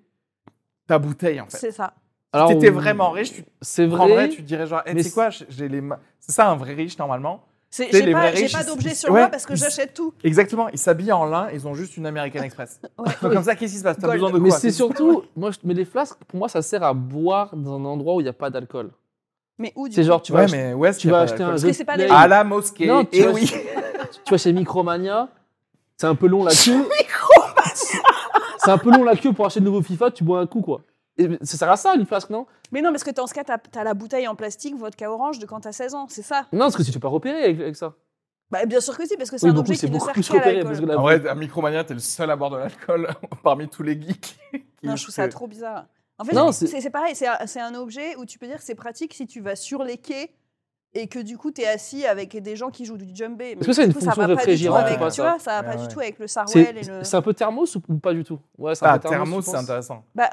ta bouteille, en fait. c'est ça Alors, si t'étais on- vraiment riche, tu C'est te vrai. prendrais, tu te dirais genre, Eh, mais tu sais quoi, j'ai les mains. C'est ça un vrai riche normalement. C'est- Tu sais, J'ai les pas, vrais j'ai riches, pas ils- d'objet ils- sur moi ouais, parce que ils- j'achètent tout. Exactement, ils s'habillent en lin, ils ont juste une American Express. Ouais. Donc, comme ça, qu'est-ce qui se passe T'as Gold. besoin de quoi Mais c'est T'as- surtout, moi, je- mais les flasques, pour moi, ça sert à boire dans un endroit où il n'y a pas d'alcool. Mais où du C'est coup genre, tu vas, ouais, ach- mais ouais, tu vas acheter un Parce jeu que de c'est pas play, les- à la mosquée. Non, tu eh vas- oui. tu vas chez Micromania, c'est un peu long la queue. c'est un peu long la queue pour acheter de nouveau FIFA, tu bois un coup, quoi. Et ça sert à ça, une flasque, non Mais non, parce que dans ce cas, t'as as la bouteille en plastique vodka orange de quand t'as 16 ans, c'est ça Non, parce que si tu peux pas repérer avec, avec ça. Bah, bien sûr que si, parce que c'est Oui, un beaucoup, objet c'est qui ne beaucoup sert plus qu'à repéré, parce que l'alcool. la- En vrai, à Micromania, t'es le seul à boire de l'alcool parmi tous les geeks. qui- Non, je trouve ça trop bizarre. En fait, Non, c'est c'est- c'est pareil, c'est un, c'est un objet où tu peux dire que c'est pratique si tu vas sur les quais et que du coup t'es assis avec des gens qui jouent du djembé. Mais que c'est du une coup, ça va pas fonction du tout réfrigérante, avec- ou pas, Tu ça vois, ça va Ouais, pas du ouais. tout avec le sarwell C'est et le. c'est un peu thermos ou, ou pas du tout Ouais, c'est un Ah, peu thermos, thermos, je c'est pense. intéressant. Bah,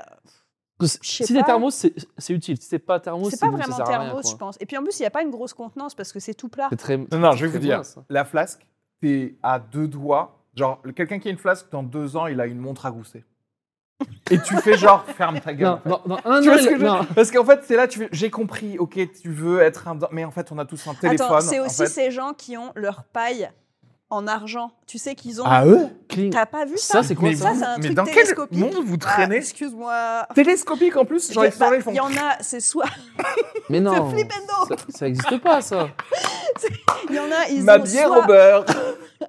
Parce que Je Si sais t'es pas. thermos, c'est c'est utile. Si t'es pas thermos, c'est pas bon, ça vraiment sert à rien, thermos, quoi. je pense. Et puis en plus, il n'y a pas une grosse contenance parce que c'est tout plat. C'est très. Non, non, je vais très vous dire. bien, ça. La flasque, t'es à deux doigts. Genre, le- quelqu'un qui a une flasque, dans deux ans, il a une montre à gousset. Et tu fais genre, ferme ta gueule. Non, non, non, un Tu vois an, ce que je- non. Parce qu'en fait, c'est là, tu fais, j'ai compris, ok, tu veux être un. Mais en fait, on a tous un téléphone. Attends, c'est en aussi fait. ces gens qui ont leur paille en argent. Tu sais qu'ils ont. À eux Cling. T'as pas vu ça Ah Ça, c'est quoi Mais, ça vous- c'est un mais truc dans quel télescopique. monde vous Ah, traînez Excuse-moi. Télescopique en plus Genre, ils sont là, ils Bah, font. Il y en a, c'est soit. Mais non. flip and Ça- Ça n'existe pas, ça. Il y en a, ils Ma ont bière soit au beurre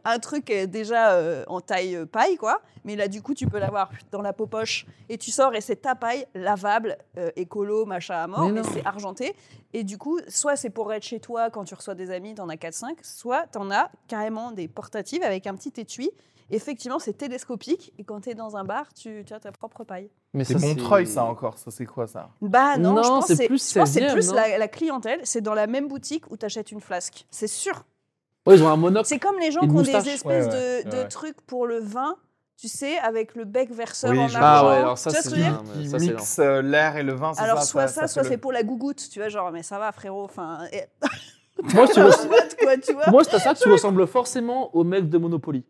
un truc euh, déjà euh, en taille euh, paille, quoi. Mais là, du coup, tu peux l'avoir dans la peau poche et tu sors et c'est ta paille lavable, euh, écolo, machin à mort, Mais mais non. c'est argenté. Et du coup, soit c'est pour être chez toi quand tu reçois des amis, t'en as 4-5, soit t'en as carrément des portatives avec un petit étui. Effectivement, c'est télescopique et quand t'es dans un bar, tu, tu as ta propre paille. Mais C'est ça, Montreuil, ça encore, ça, c'est quoi ça Bah non, Non, je pense c'est que c'est plus je pense que c'est 16e, plus non la, la clientèle. C'est dans la même boutique où t'achètes une flasque. C'est sûr. Ouais, ils ont un monocle. C'est comme les gens Une qui ont des moustache. espèces Ouais, ouais, ouais, de, de ouais. trucs pour le vin, tu sais, avec le bec verseur Oui, en je argent. vois. Ah ouais, alors ça, Tu vois c'est ce que je veux dire bien. mais Qui ça, c'est mixe euh, l'air et le vin, c'est Alors ça soit ça, fait soit le- c'est pour la gougoute, tu vois, genre, mais ça va frérot, enfin... eh, Moi, tu res- quoi, tu vois Moi, c'est à ça que tu ressembles forcément au mec de Monopoly.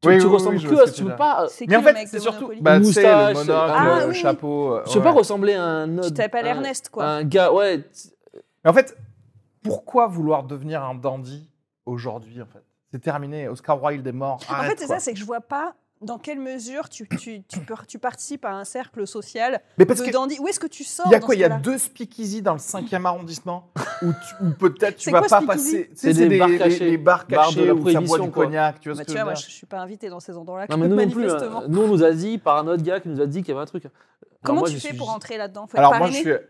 Tu, Oui, tu oui, oui, ressembles je que vois à ce que tu tu peux veux pas. C'est qui Mais en le fait, mec c'est de surtout Monopoly bah, tu sais, le Moustache, monocle, ah, le oui. chapeau. euh, Tu peux ouais. pas ressembler à un autre. Tu t'appelles euh, un- Ernest, quoi. Un gars, ouais. t- Mais en fait, pourquoi vouloir devenir un dandy aujourd'hui en fait C'est terminé. Oscar Wilde est mort. en fait, Arrête, c'est quoi. ça, c'est que je vois pas dans quelle mesure tu, tu, tu, par- tu participes à un cercle social Mais parce de que dandy. Où est-ce que tu sors il y a dans quoi ce Il y a cas-là deux speakeasy dans le 5e arrondissement où, tu- où peut-être tu C'est vas quoi, pas speakeasy passer. tu C'est sais, des bars les- cachés. les bars Bars de cachés la où ça boit prohibition, du quoi. cognac. Tu vois Bah, ce que je tu vois, veux moi, je dire je suis pas invitée dans ces endroits-là, Non, mais nous non plus. hein. manifestement. Nous, on nous a dit, par un autre gars qui nous a dit qu'il y avait un truc. Alors, Comment moi, tu je fais suis pour juste- entrer là-dedans Faut être Alors moi, je parrainé. suis,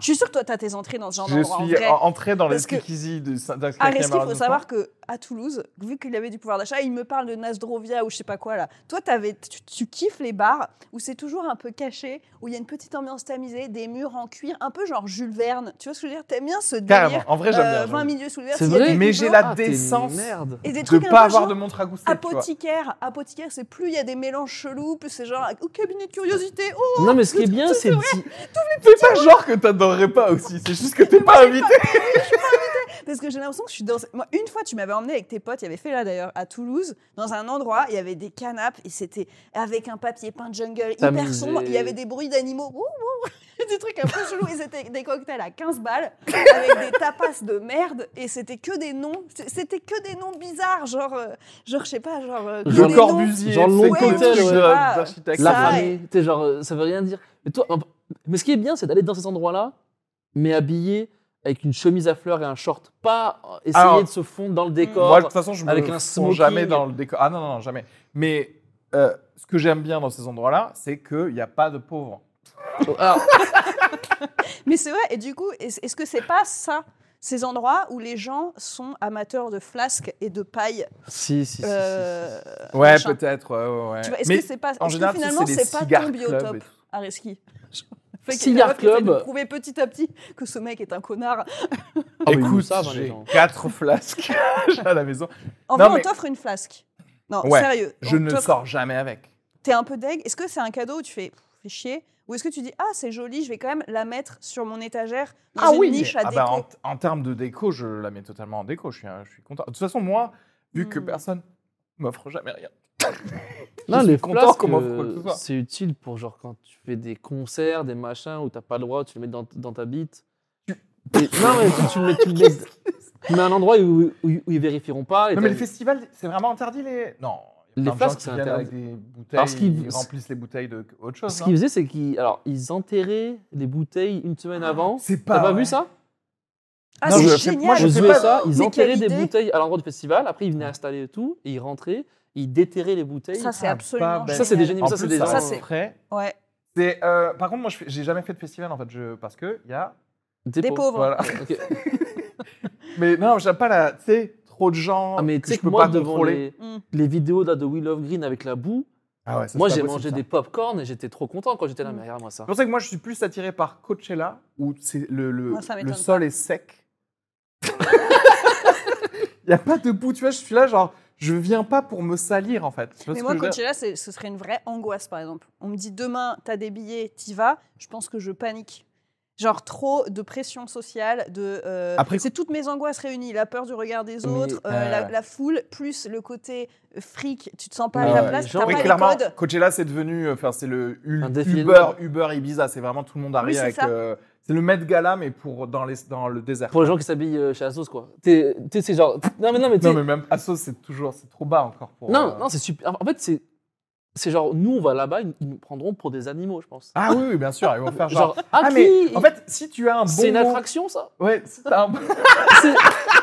Je suis sûre que toi, t'as tes entrées dans ce genre je d'endroit. en suis vrai. en- entré dans les Parce que- speakeasy du 5e Ah, Reski, il faut arrondissement. savoir que à Toulouse, vu qu'il avait du pouvoir d'achat, il me parle de Nasdrovia ou je sais pas quoi là. Toi, t'avais- tu, tu kiffes les bars où c'est toujours un peu caché, où il y a une petite ambiance tamisée, des murs en cuir, un peu genre Jules Verne. Tu vois ce que je veux dire T'aimes bien ce Carrément. délire En vrai, j'aime euh, bien, 20 j'aime bien. milieux sous le verre. C'est s'il y a vrai des Mais j'ai blancs. la Ah, t'es une décence Merde. et des De trucs pas un peu avoir genre de montre à gousset. tu vois. apothicaire. Apothicaire, c'est plus il y a des mélanges chelous, plus c'est genre euh, au cabinet de curiosité. Oh, Non, mais ce qui est bien, c'est. d'y- C'est pas genre que t'adorerais pas aussi, c'est juste que t'es pas invité. Parce que j'ai l'impression que je suis dans. Moi, une fois, tu m'avais emmené avec tes potes, il y avait fait là d'ailleurs, à Toulouse, dans un endroit, il y avait des canapes, et c'était avec un papier peint jungle hyper Tamisé. sombre, il y avait des bruits d'animaux, wouh, wouh, des trucs un peu chelous, et c'était des cocktails à 15 balles, avec des tapas de merde, et c'était que des noms, c'était que des noms bizarres, genre, euh, genre je sais pas, genre. euh, que Genre des noms. Corbusier, genre le c'est long que des hôtel, trucs ouais. de- Ah, d'architecte. La Ça, famille. Tu sais, genre, euh, ça veut rien dire. Mais toi, un- mais ce qui est bien, c'est d'aller dans ces endroits-là, mais habillé avec une chemise à fleurs et un short. Pas euh, essayer Alors, de se fondre dans le Moi, de décor. toute façon, je Avec me fonds un smoking. jamais dans le décor. Ah non, non, non, jamais. Mais euh, ce que j'aime bien dans ces endroits-là, c'est qu'il n'y a pas de pauvres. Alors, Mais c'est vrai, et du coup, est- est-ce que c'est pas ça ces endroits où les gens sont amateurs de flasques et de paille. si, si, si, si, si. euh, Ouais, machin. peut-être. ouais, ouais, ouais. Tu vois, Est-ce Mais que c'est pas en est-ce que général, tu sais, finalement c'est les c'est pas cigares ton club et biotope Ah, tout. Areski Cigar club. Prouver petit à petit que ce mec est un connard. Ah, mais ils le écoute, savent, hein, les j'ai gens. quatre flasques à la maison. En Non, vrai, mais- on t'offre une flasque. Non, Ouais, sérieux. Je on ne t'offre- sors jamais avec. T'es un peu deg. Est-ce que c'est un cadeau où tu fais, Pff, fais chier Ou est-ce que tu dis, ah, c'est joli, je vais quand même la mettre sur mon étagère dans une niche à Ah déco bah, en, en termes de déco, je la mets totalement en déco. Je suis, je suis content. De toute façon, moi, vu que Hmm. personne m'offre jamais rien. Non, suis les content flasques, qu'on m'offre euh, quoi que ce soit. c'est utile pour genre quand tu fais des concerts, des machins où t'as pas le droit, tu le mets dans, dans ta bite. Et- non, mais tu, tu le mets, tu le mets- tu le mets à un endroit où, où- où ils vérifieront pas. et Non, mais t'as- les festivals, c'est vraiment interdit les. Non. il y Les a plein de gens flasques, qui c'est viennent interdit. Avec des bouteilles, Parce qu'ils- ils remplissent les bouteilles de autre chose. ce hein. qu'ils faisaient, c'est qu'ils alors, ils enterraient les bouteilles une semaine avant. Ah, C'est pas. T'as pas vrai. vu ça Ah, Non, je- c'est je- génial. moi, je Aux sais USA, pas. ils Mais quelle enterraient des idée. bouteilles à l'endroit du festival. Après, ils venaient installer tout et ils rentraient. Ils déterraient les bouteilles. Ça, c'est Ah, absolument. pas bête. Ça, c'est des génial. génies. En Ça, c'est plus, des ça, gens- euh, c'est frais. Ouais. C'est, euh, par contre, moi, je fais- j'ai jamais fait de festival en fait, je, parce que il y a. Des pauvres. Voilà. Ok. Mais non, j'aime pas la. Tu sais, trop de gens. Ah, mais que tu sais je que peux moi, pas devant contrôler. les, Mm. les vidéos là, de Will of Green avec la boue, Ah ouais, ça, moi c'est j'ai pas mangé possible, des ça. popcorn et j'étais trop content quand j'étais là. Mm. Mais regarde-moi ça. C'est pour ça que moi, je suis plus attiré par Coachella où c'est le, le, Moi, ça m'étonne le sol est sec. Il y a pas de bout, tu vois. Je suis là, genre, je viens pas pour me salir en fait. Tu vois Mais ce moi, que je veux dire Coachella, c'est- ce serait une vraie angoisse, par exemple. On me dit demain, t'as des billets, t'y vas. Je pense que je panique. Genre trop de pression sociale, de. euh, Après- c'est toutes mes angoisses réunies, la peur du regard des Mais, autres, euh, ouais, la, ouais. la foule, plus le côté euh, fric. Tu te sens pas Mais à ouais, la place, les gens- t'as Oui, pas les clairement, codes. Coachella, c'est devenu, euh, enfin, c'est le U- Un défilé de Uber, mode. Uber Ibiza. C'est vraiment tout le monde arrive c'est avec. ça. euh, c'est le Met Gala, mais pour dans les dans le désert. Pour les gens qui s'habillent euh, chez Asos, quoi. T'es- Tu sais, c'est genre. Non, mais non, mais tu Non, sais- mais même Asos, c'est toujours, c'est trop bas encore pour. Non, euh, non, c'est super. En fait, c'est. C'est genre, nous, on va là-bas, ils ils nous prendront pour des animaux, je pense. Ah oui, oui, bien sûr, ils vont faire genre. Genre, ah, Ah, mais mais en fait, si tu as un bon. c'est une mot- attraction, ça Ouais, si t'as un bon. C'est-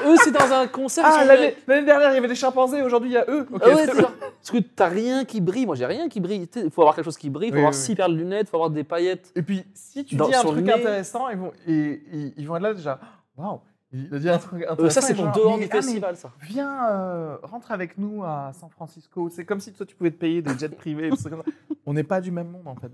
Eux, c'est dans un concert. ils Ah, sont l'année là- l'année dernière, il y avait des chimpanzés, aujourd'hui, il y a eux. Ok, Ah ouais, c'est- c'est genre- Parce que t'as rien qui brille. Moi, j'ai rien qui brille. Il faut avoir quelque chose qui brille, il faut Oui, avoir oui, oui. six paires de lunettes, il faut avoir des paillettes. Et puis, si tu Dans- dis un sur le truc nez. intéressant, ils vont, et, et- ils vont être là déjà. Waouh, il a dit un truc intéressant. Euh, ça, c'est et pour genre, dehors mais- du ah, mais festival, ça. Viens, euh, rentre avec nous à San Francisco. C'est comme si toi, tu pouvais te payer des jets privés. et tout ça comme ça. On n'est pas du même monde, en fait.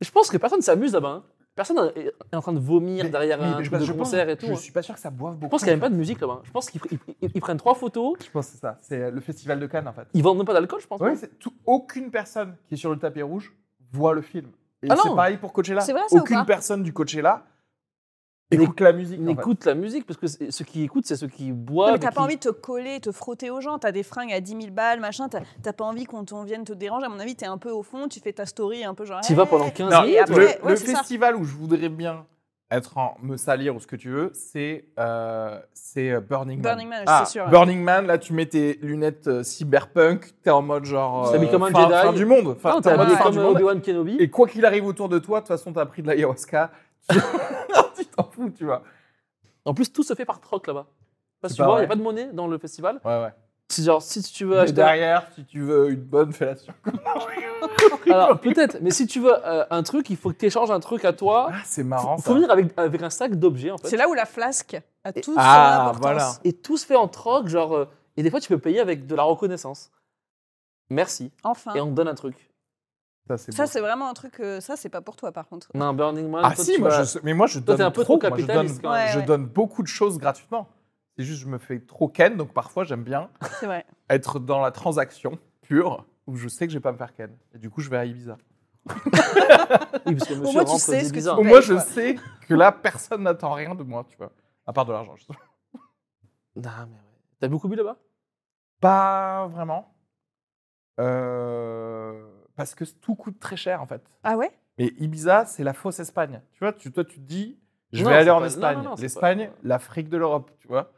Je pense que personne s'amuse là-bas. hein. Personne est est en train de vomir Mais- derrière mais- un mais truc de pense- concert et tout. Je hein. suis pas sûr que ça boive beaucoup. Je pense qu'il n'y a même pas de musique là-bas. Je pense qu'ils pr- ils- ils- ils prennent trois photos, Je pense que c'est ça. C'est euh, le festival de Cannes, en fait. ils vendent même pas d'alcool, je pense. Ouais, c'est tout- aucune personne qui est sur le tapis rouge voit le film. Et Ah non. c'est pareil pour Coachella. C'est vrai, ça, ou aucune pas personne du Coachella N'éc- écoute la musique. Ils en fait. n'écoutent la musique parce que c'est- ceux qui écoutent, c'est ceux qui Non, boivent. mais t'as et pas qui- envie de te coller, te frotter aux gens. T'as des fringues à 10 000 balles, machin. T'as t'as pas envie qu'on t'en vienne te déranger. À mon avis, t'es un peu au fond, tu fais ta story un peu genre. T'y vas hey. pendant 15 Non, minutes. Et après- le ouais, le c'est ça. festival où je voudrais bien être en me salir ou ce que tu veux, c'est euh, c'est euh, Burning Man. Burning Man, c'est sûr, ouais. Burning Man, là tu mets tes lunettes euh, cyberpunk, t'es en mode genre euh, T'es habillé comme un fin, Jedi. fin du monde, Enfin, Non, t'es t'es en mode habillé fin comme euh, du monde. Obi-Wan Kenobi. Et quoi qu'il arrive autour de toi, de toute façon t'as pris de l'ayahuasca, tu tu t'en fous, tu vois. En plus, tout se fait par troc là-bas. Parce que tu Bah vois, il n'y a ouais. pas de monnaie dans le festival. Ouais ouais. Si, genre, si tu veux Mais acheter. derrière, si tu veux une bonne fellation. Alors, peut-être, mais si tu veux euh, un truc, il faut que tu échanges un truc à toi. Ah, c'est Il marrant faut ça. venir avec, avec un sac d'objets, en fait. C'est là où la flasque a toute son Ah importance. voilà. Et tout se fait en troc, genre. euh, et des fois, tu peux payer avec de la reconnaissance. Merci. Enfin. Et on te donne un truc. Ça c'est Ça, beau. c'est vraiment un truc. euh, ça, c'est pas pour toi, par contre. On a un Burning Man. Ah toi, si, tu moi, vas- je sais- mais moi je Toi, donne t'es un peu trop, trop Moi, je donne- capitaliste, quand même. Ouais, je ouais. donne beaucoup de choses gratuitement. C'est juste je me fais trop ken, donc parfois j'aime bien C'est vrai. être dans la transaction pure où je sais que je vais pas me faire ken. Et du coup je vais à Ibiza. Oui, parce que monsieur moins, tu rentre sais ce que d'Ibiza. tu Au Ouais, moins je ouais. sais que là personne n'attend rien de moi, tu vois. À part de l'argent. je sais pas. Non, mais ouais. T'as beaucoup bu là-bas Pas vraiment. Euh, Parce que tout coûte très cher en fait. Ah ouais Mais Ibiza, c'est la fausse Espagne. Tu vois, tu, toi, tu te dis, je Non, vais aller c'est en pas- non, Espagne. non, non, c'est L'Espagne, pas- l'Afrique de l'Europe, tu vois.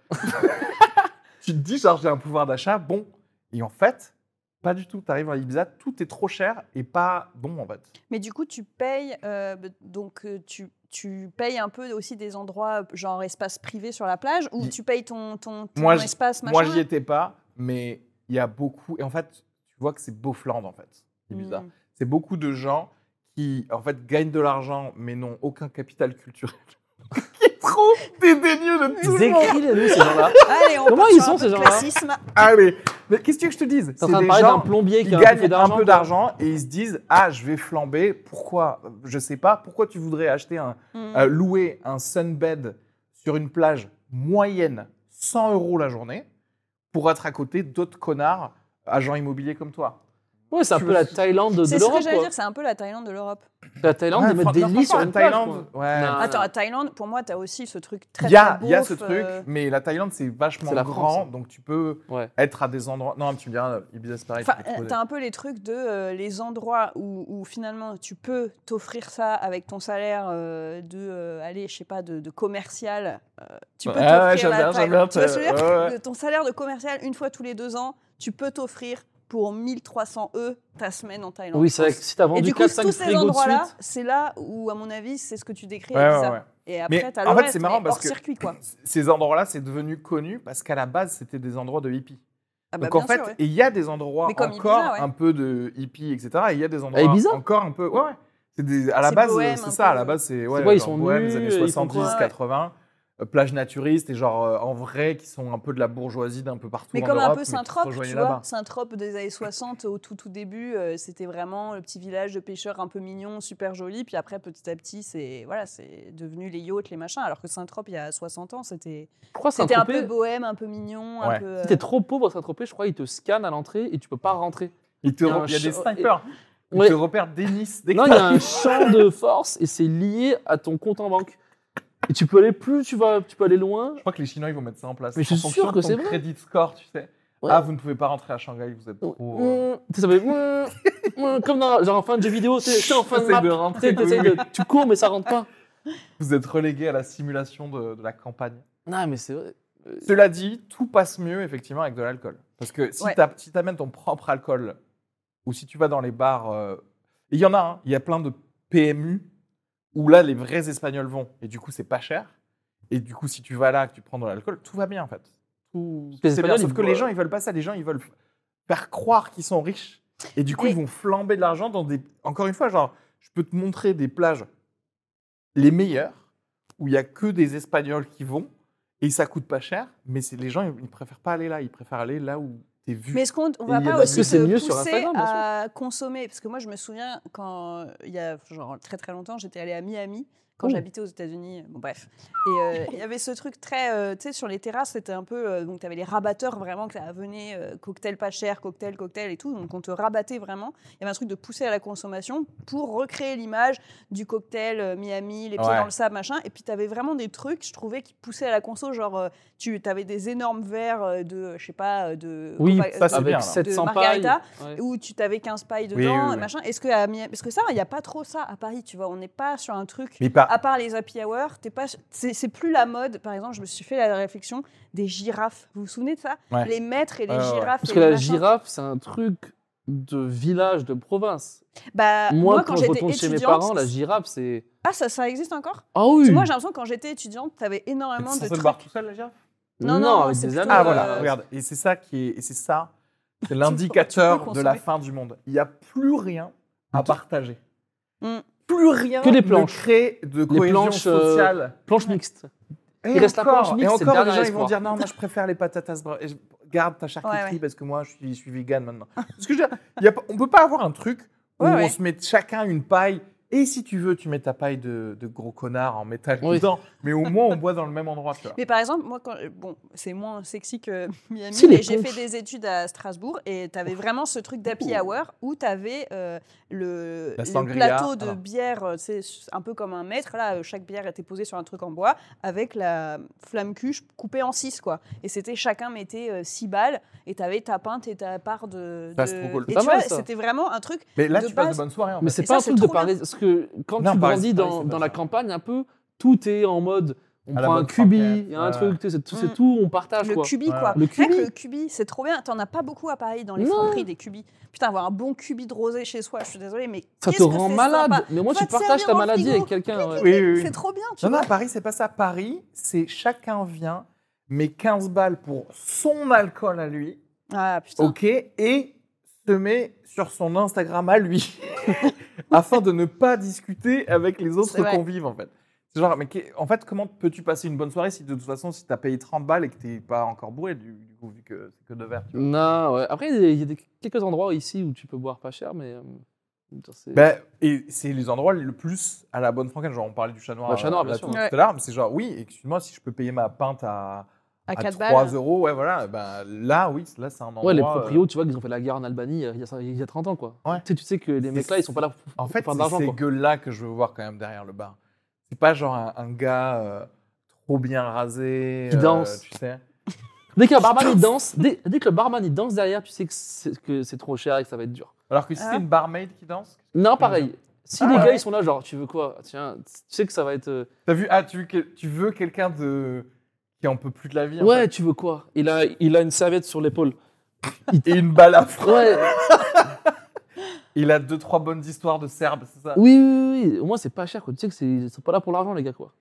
tu te dis, genre, j'ai un pouvoir d'achat, bon. Et en fait, pas du tout. Tu arrives à Ibiza, tout est trop cher et pas bon, en fait. Mais du coup, tu payes. euh, b- donc, euh, tu, tu payes un peu aussi des endroits, euh, genre espace privé sur la plage, ou Y- tu payes ton, ton, ton Moi, j'y- espace machin Moi, j'y étais pas, mais il y a beaucoup. Et en fait, tu vois que c'est Beaufland, en fait, Ibiza. Mm. C'est beaucoup de gens qui, en fait, gagnent de l'argent, mais n'ont aucun capital culturel. qui est trop dédaigneux de tout le monde. Décris-les-nous, ces gens-là. Allez, on Comment part ils sur un peu sont, ces de gens-là classisme. Allez, mais qu'est-ce que tu veux que je te dise T'es en train de des parler gens d'un plombier qui qui a un peu gagnent un d'argent. peu quoi. d'argent et ils se disent ah je vais flamber. Pourquoi Je sais pas. Pourquoi tu voudrais acheter un Mm. euh, louer un sunbed sur une plage moyenne 100 euros la journée pour être à côté d'autres connards agents immobiliers comme toi Ouais, c'est un Tu peu veux- la Thaïlande de C'est ce que l'Europe. j'allais quoi. dire, c'est un peu la Thaïlande de l'Europe. La Thaïlande, Ouais, ils mettent fran- des non, lits sur franchement, une la plage. Thaïlande, quoi. ouais. Non, Ah, Attends, ouais. à Thaïlande, pour moi, t'as aussi ce truc très Il y a, très il y a beauf, ce truc, euh, mais la Thaïlande, c'est vachement C'est la grand, France, hein. donc tu peux Ouais. être à des endroits. Non, tu me diras, euh, Ibiza, c'est pareil. tu Enfin, peux trouver t'as un peu les trucs de euh, les endroits où, où finalement tu peux t'offrir ça avec ton salaire euh, de, euh, allez, je sais pas, de, de commercial. euh, tu peux Ouais, ouais, t'offrir j'aime la bien, taille. j'aime bien, Tu vois ce que je veux dire ouais, ouais. De Ton salaire de commercial, une fois tous les deux ans, tu peux t'offrir pour 1300 E ta semaine en Thaïlande. Oui, c'est vrai que si t'as Et vendu du coup, 4-5 tous ces frigos de endroits-là, suite. c'est là où, à mon avis, c'est ce que tu décris. des- Ouais, Elisa. ouais, ouais. Et après, Mais t'as le en fait, reste, c'est marrant mais parce hors que- circuit, quoi. Ces endroits-là, c'est devenu connu parce qu'à la base, c'était des endroits de hippies. Ah bah, donc en bien fait, sûr, ouais. et il y a des endroits Mais comme encore Ibiza, ouais. un peu de hippies, etc. Et il y a des endroits Ah, Ibiza encore un peu. Ouais, ouais. C'est des- à la C'est base, bohème, c'est un ça. À peu. la base, c'est ouais, quoi, ils genre sont bohème des nus, années ils font 70, quoi, ouais. 80. euh, plage naturiste et genre euh, en vrai qui sont un peu de la bourgeoisie d'un peu partout Mais en comme un Europe, peu mais qui se Saint-Trope, rejoignent tu là-bas. vois. Saint-Trope des années 60, au tout tout début, euh, c'était vraiment le petit village de pêcheurs un peu mignon, super joli. Puis après, petit à petit, c'est voilà, c'est devenu les yachts, les machins. Alors que Saint-Trope, il y a 60 ans, c'était Je crois que c'était un peu Saint-Tropez- bohème, un peu mignon, un Ouais. peu. euh, Si t'es trop pauvre à Saint-Tropez, je crois qu'ils te scannent à l'entrée et tu peux pas rentrer. Il te Il y a re- un il y a des chat- snipers. Ils Ouais. te repèrent des nices. Dès que Non, il y a t'arrives. un champ de force et c'est lié à ton compte en banque. Et tu peux aller plus, tu vas, tu peux aller loin. Je crois que les Chinois ils vont mettre ça en place. Mais je suis En fonction sûr de que ton c'est vrai. Crédit score, tu sais. Ouais. Ah, vous ne pouvez pas rentrer à Shanghai, vous êtes trop. euh, Mmh, ça fait mmh, mmh, comme dans genre en fin de jeu vidéo, t'es t'es en fin de T'essayes map, de t'es- rentrer. t'essayes de- tu cours mais ça rentre pas. Vous êtes relégué à la simulation de, de la campagne. Non mais c'est vrai. Cela dit, tout passe mieux effectivement avec de l'alcool. Parce que si Ouais. t'as- si t'amènes ton propre alcool, ou si tu vas dans les bars, euh, il y en a, hein, il y a plein de PMU où là les vrais Espagnols vont, et du coup c'est pas cher. Et du coup, si tu vas là, que tu prends de l'alcool, tout va bien en fait. Tout... Les C'est bien, Espagnols, sauf ils que les boivent. gens ils veulent pas ça, les gens ils veulent faire croire qu'ils sont riches. Et du coup, Mais- ils vont flamber de l'argent dans des. Encore une fois, genre, je peux te montrer des plages les meilleures où il y a que des Espagnols qui vont et ça coûte pas cher, mais c'est les gens ils, ils préfèrent pas aller là, ils préfèrent aller là où t'es vu. Mais est-ce qu'on on Et va il y a pas de- aussi Parce que c'est te mieux sur pousser Instagram, bien sûr. à consommer Parce que moi, je me souviens quand euh, il y a genre très très longtemps, j'étais allée à Miami quand Oh. j'habitais aux États-Unis. Bon bref, et euh, il y avait ce truc très, euh, tu sais, sur les terrasses, c'était un peu euh, donc t'avais les rabatteurs vraiment que ça venait euh, cocktail pas cher, cocktail cocktail et tout, donc on te rabattait vraiment. Il y avait un truc de pousser à la consommation pour recréer l'image du cocktail euh, Miami, les pieds Ouais. dans le sable machin. Et puis t'avais vraiment des trucs, je trouvais, qui poussaient à la conso, genre euh, tu avais des énormes verres euh, de, euh, je sais pas, euh, de Oui, compa- ça, c'est avec bien, là. 700 De pailles. margarita. Ouais. où tu t'avais 15 pailles dedans, Oui, oui, oui. et machin. Est-ce que à Miami- parce que ça, il n'y a pas trop ça à Paris, tu vois. On n'est pas sur un truc. Mais pas. À part les happy hour, t'es pas. C'est c'est plus la mode. Par exemple, je me suis fait la réflexion des girafes. Vous vous souvenez de ça Ouais. Les maîtres et les Ouais, ouais, ouais. girafes. Parce et que les la machins. girafe, c'est un truc de village, de province. Bah, moi, quand, je j'étais retourne chez mes étudiante- parents, la girafe, c'est. Ah, ça, ça existe encore Ah oui Moi, j'ai l'impression que quand j'étais étudiante, t'avais T'es énormément de censé trucs. le voir tout seul, la girafe Non, non, avec c'est des plutôt, amis. Ah Euh, voilà, regarde. Et c'est ça qui est, et c'est ça, c'est l'indicateur de la fin du monde. Il n'y a plus rien à partager. Mm. Plus rien. Que les ne planches. crée de cohésion planches, euh, sociale. Planche mixte. Et il reste la planche mixte, et encore, c'est le les dernier gens ils espoir. vont dire non, moi je préfère les patates à ce bras. Et je- Garde ta charcuterie Ouais, ouais. parce que moi je suis, je suis vegan maintenant. Parce que je veux dire, il y a pas- on peut pas avoir un truc où Ouais, on ouais. se met chacun une paille. Et si tu veux, tu mets ta paille de, de gros connard en métal Oui. dedans. Mais au moins on boit dans le même endroit. Tu vois. Mais par exemple, moi, quand, euh, bon, c'est moins sexy que Miami, Si, les mais j'ai ponches. fait des études à Strasbourg et tu avais vraiment ce truc d'happy hour où tu avais le, La le sangria, plateau de alors. bière, euh, c'est un peu comme un mètre. Là, euh, chaque bière était posée sur un truc en bois avec la flamme cuche coupée en six, quoi. Et c'était chacun mettait euh, six balles et tu avais ta pinte et ta part de. Ça, c'est de- trop cool. Et C'est pas tu mal, vois, ça. c'était vraiment un truc. Mais là De tu passes base- de bonnes soirées. En Mais fait. c'est Et pas ça, un c'est truc de trop bien. parler. Parce que quand Non, tu Paris, Paris, grandis dans, c'est pas dans la ça. campagne, un peu, tout est en mode. On À la prend un bonne cubi, franquette, il y a un ouais. truc, tu sais, c'est tout, c'est Mm. tout, on partage Le quoi. cubi, Ouais. quoi. Le Rien que cubi. le cubi, c'est trop bien. T'en as pas beaucoup à Paris dans les Non. friperies des cubis. Putain, avoir un bon cubi de rosé chez soi, je suis désolée, mais. Ça te qu'est-ce que rend c'est malade. sympa. Mais moi, Va tu te servir partages ta dans le maladie frigo. avec quelqu'un. ouais. Oui, oui, oui. C'est trop bien, tu Non, non, vois. à Paris, c'est pas ça. Paris, c'est chacun vient, met 15 balles pour son alcool à lui, Ah putain. Oh. ok, et se met sur son Instagram à lui, afin de ne pas discuter avec les autres C'est vrai. convives, en fait. C'est genre, mais qu'est- en fait, comment peux-tu passer une bonne soirée si de toute façon, si t'as payé 30 balles et que t'es pas encore bourré, du, du coup, vu que c'est que deux verres, tu vois. Non, ouais. Après, il y a des- il y a des- quelques endroits ici où tu peux boire pas cher, mais. euh, c'est- Ben, et c'est les endroits le plus à la bonne franquette. Genre, on parlait du chat noir, Le Bah, Chat euh, Noir, bien là, sûr. tout, tout Ouais. à l'heure, mais c'est genre, oui, excuse-moi, si je peux payer ma pinte à, à à 4 3 balles. euros, ouais, voilà. Bah, là, oui, là, c'est un endroit. Ouais, les euh, proprios, tu vois, qu'ils ont fait la guerre en Albanie euh, il y a, cin- il y a 30 ans, quoi. Ouais. Tu sais, tu sais que les mecs-là, ils sont pas là pour En fait, Pour faire de c'est l'argent, ces quoi. gueules-là que je veux voir quand même derrière le bar. C'est pas genre un, un gars euh, trop bien rasé. Qui euh, danse. tu sais. Dès que le barman il danse, dès, dès que le barman il danse derrière, tu sais que c'est, que c'est trop cher et que ça va être dur. Alors que si Ah. c'est une barmaid qui danse. Non, pareil. Si Ah les gars ouais. ils sont là, genre tu veux quoi Tiens, tu sais que ça va être. euh, T'as vu Ah, tu veux, que- tu veux quelqu'un de qui en peut plus de la vie. en Ouais, tu veux quoi Il a, il a une serviette sur l'épaule. fait. Et une balle à froid. Ouais. Il a deux trois bonnes histoires de serbes, c'est ça. oui, oui, oui, oui. Au moins c'est pas cher, quoi. Tu sais que c'est, ils sont pas là pour l'argent, les gars, quoi.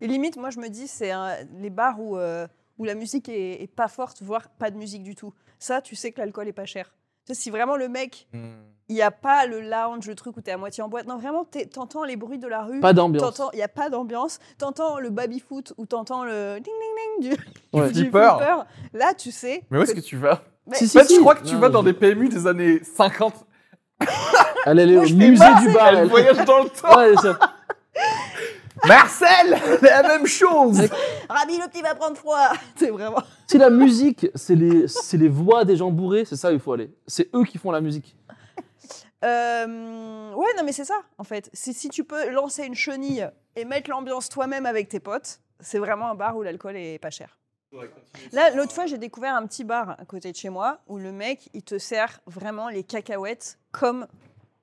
Et limite, moi, je me dis, c'est un- les bars où, euh, où la musique est, est pas forte, voire pas de musique du tout. Ça, tu sais que l'alcool est pas cher. Tu sais, si vraiment le mec, Hmm. il n'y a pas le lounge, le truc où t'es à moitié en boîte. Non, vraiment, t'es- t'entends les bruits de la rue. Pas d'ambiance. T'entends, il n'y a pas d'ambiance. T'entends le baby-foot ou t'entends le ding ding ding du, Ouais. du Flipper. flipper. Là, tu sais. Mais où est-ce que tu vas Mais- Si, si, En fait, je crois que Non, tu vas mais dans je- des PMU des années 50. Elle, elle est Moi, au je fais musée pas, du c'est- bar. Elle elle. voyage dans le temps. Ouais, ça- Marcel, la même chose. Rabi, le petit va prendre froid. C'est vraiment. Si la musique, c'est les, c'est les voix des gens bourrés, c'est ça où il faut aller. C'est eux qui font la musique. Euh, ouais, non, mais c'est ça, en fait. Si, si tu peux lancer une chenille et mettre l'ambiance toi-même avec tes potes, c'est vraiment un bar où l'alcool est pas cher. Là, l'autre fois, j'ai découvert un petit bar à côté de chez moi où le mec, il te sert vraiment les cacahuètes comme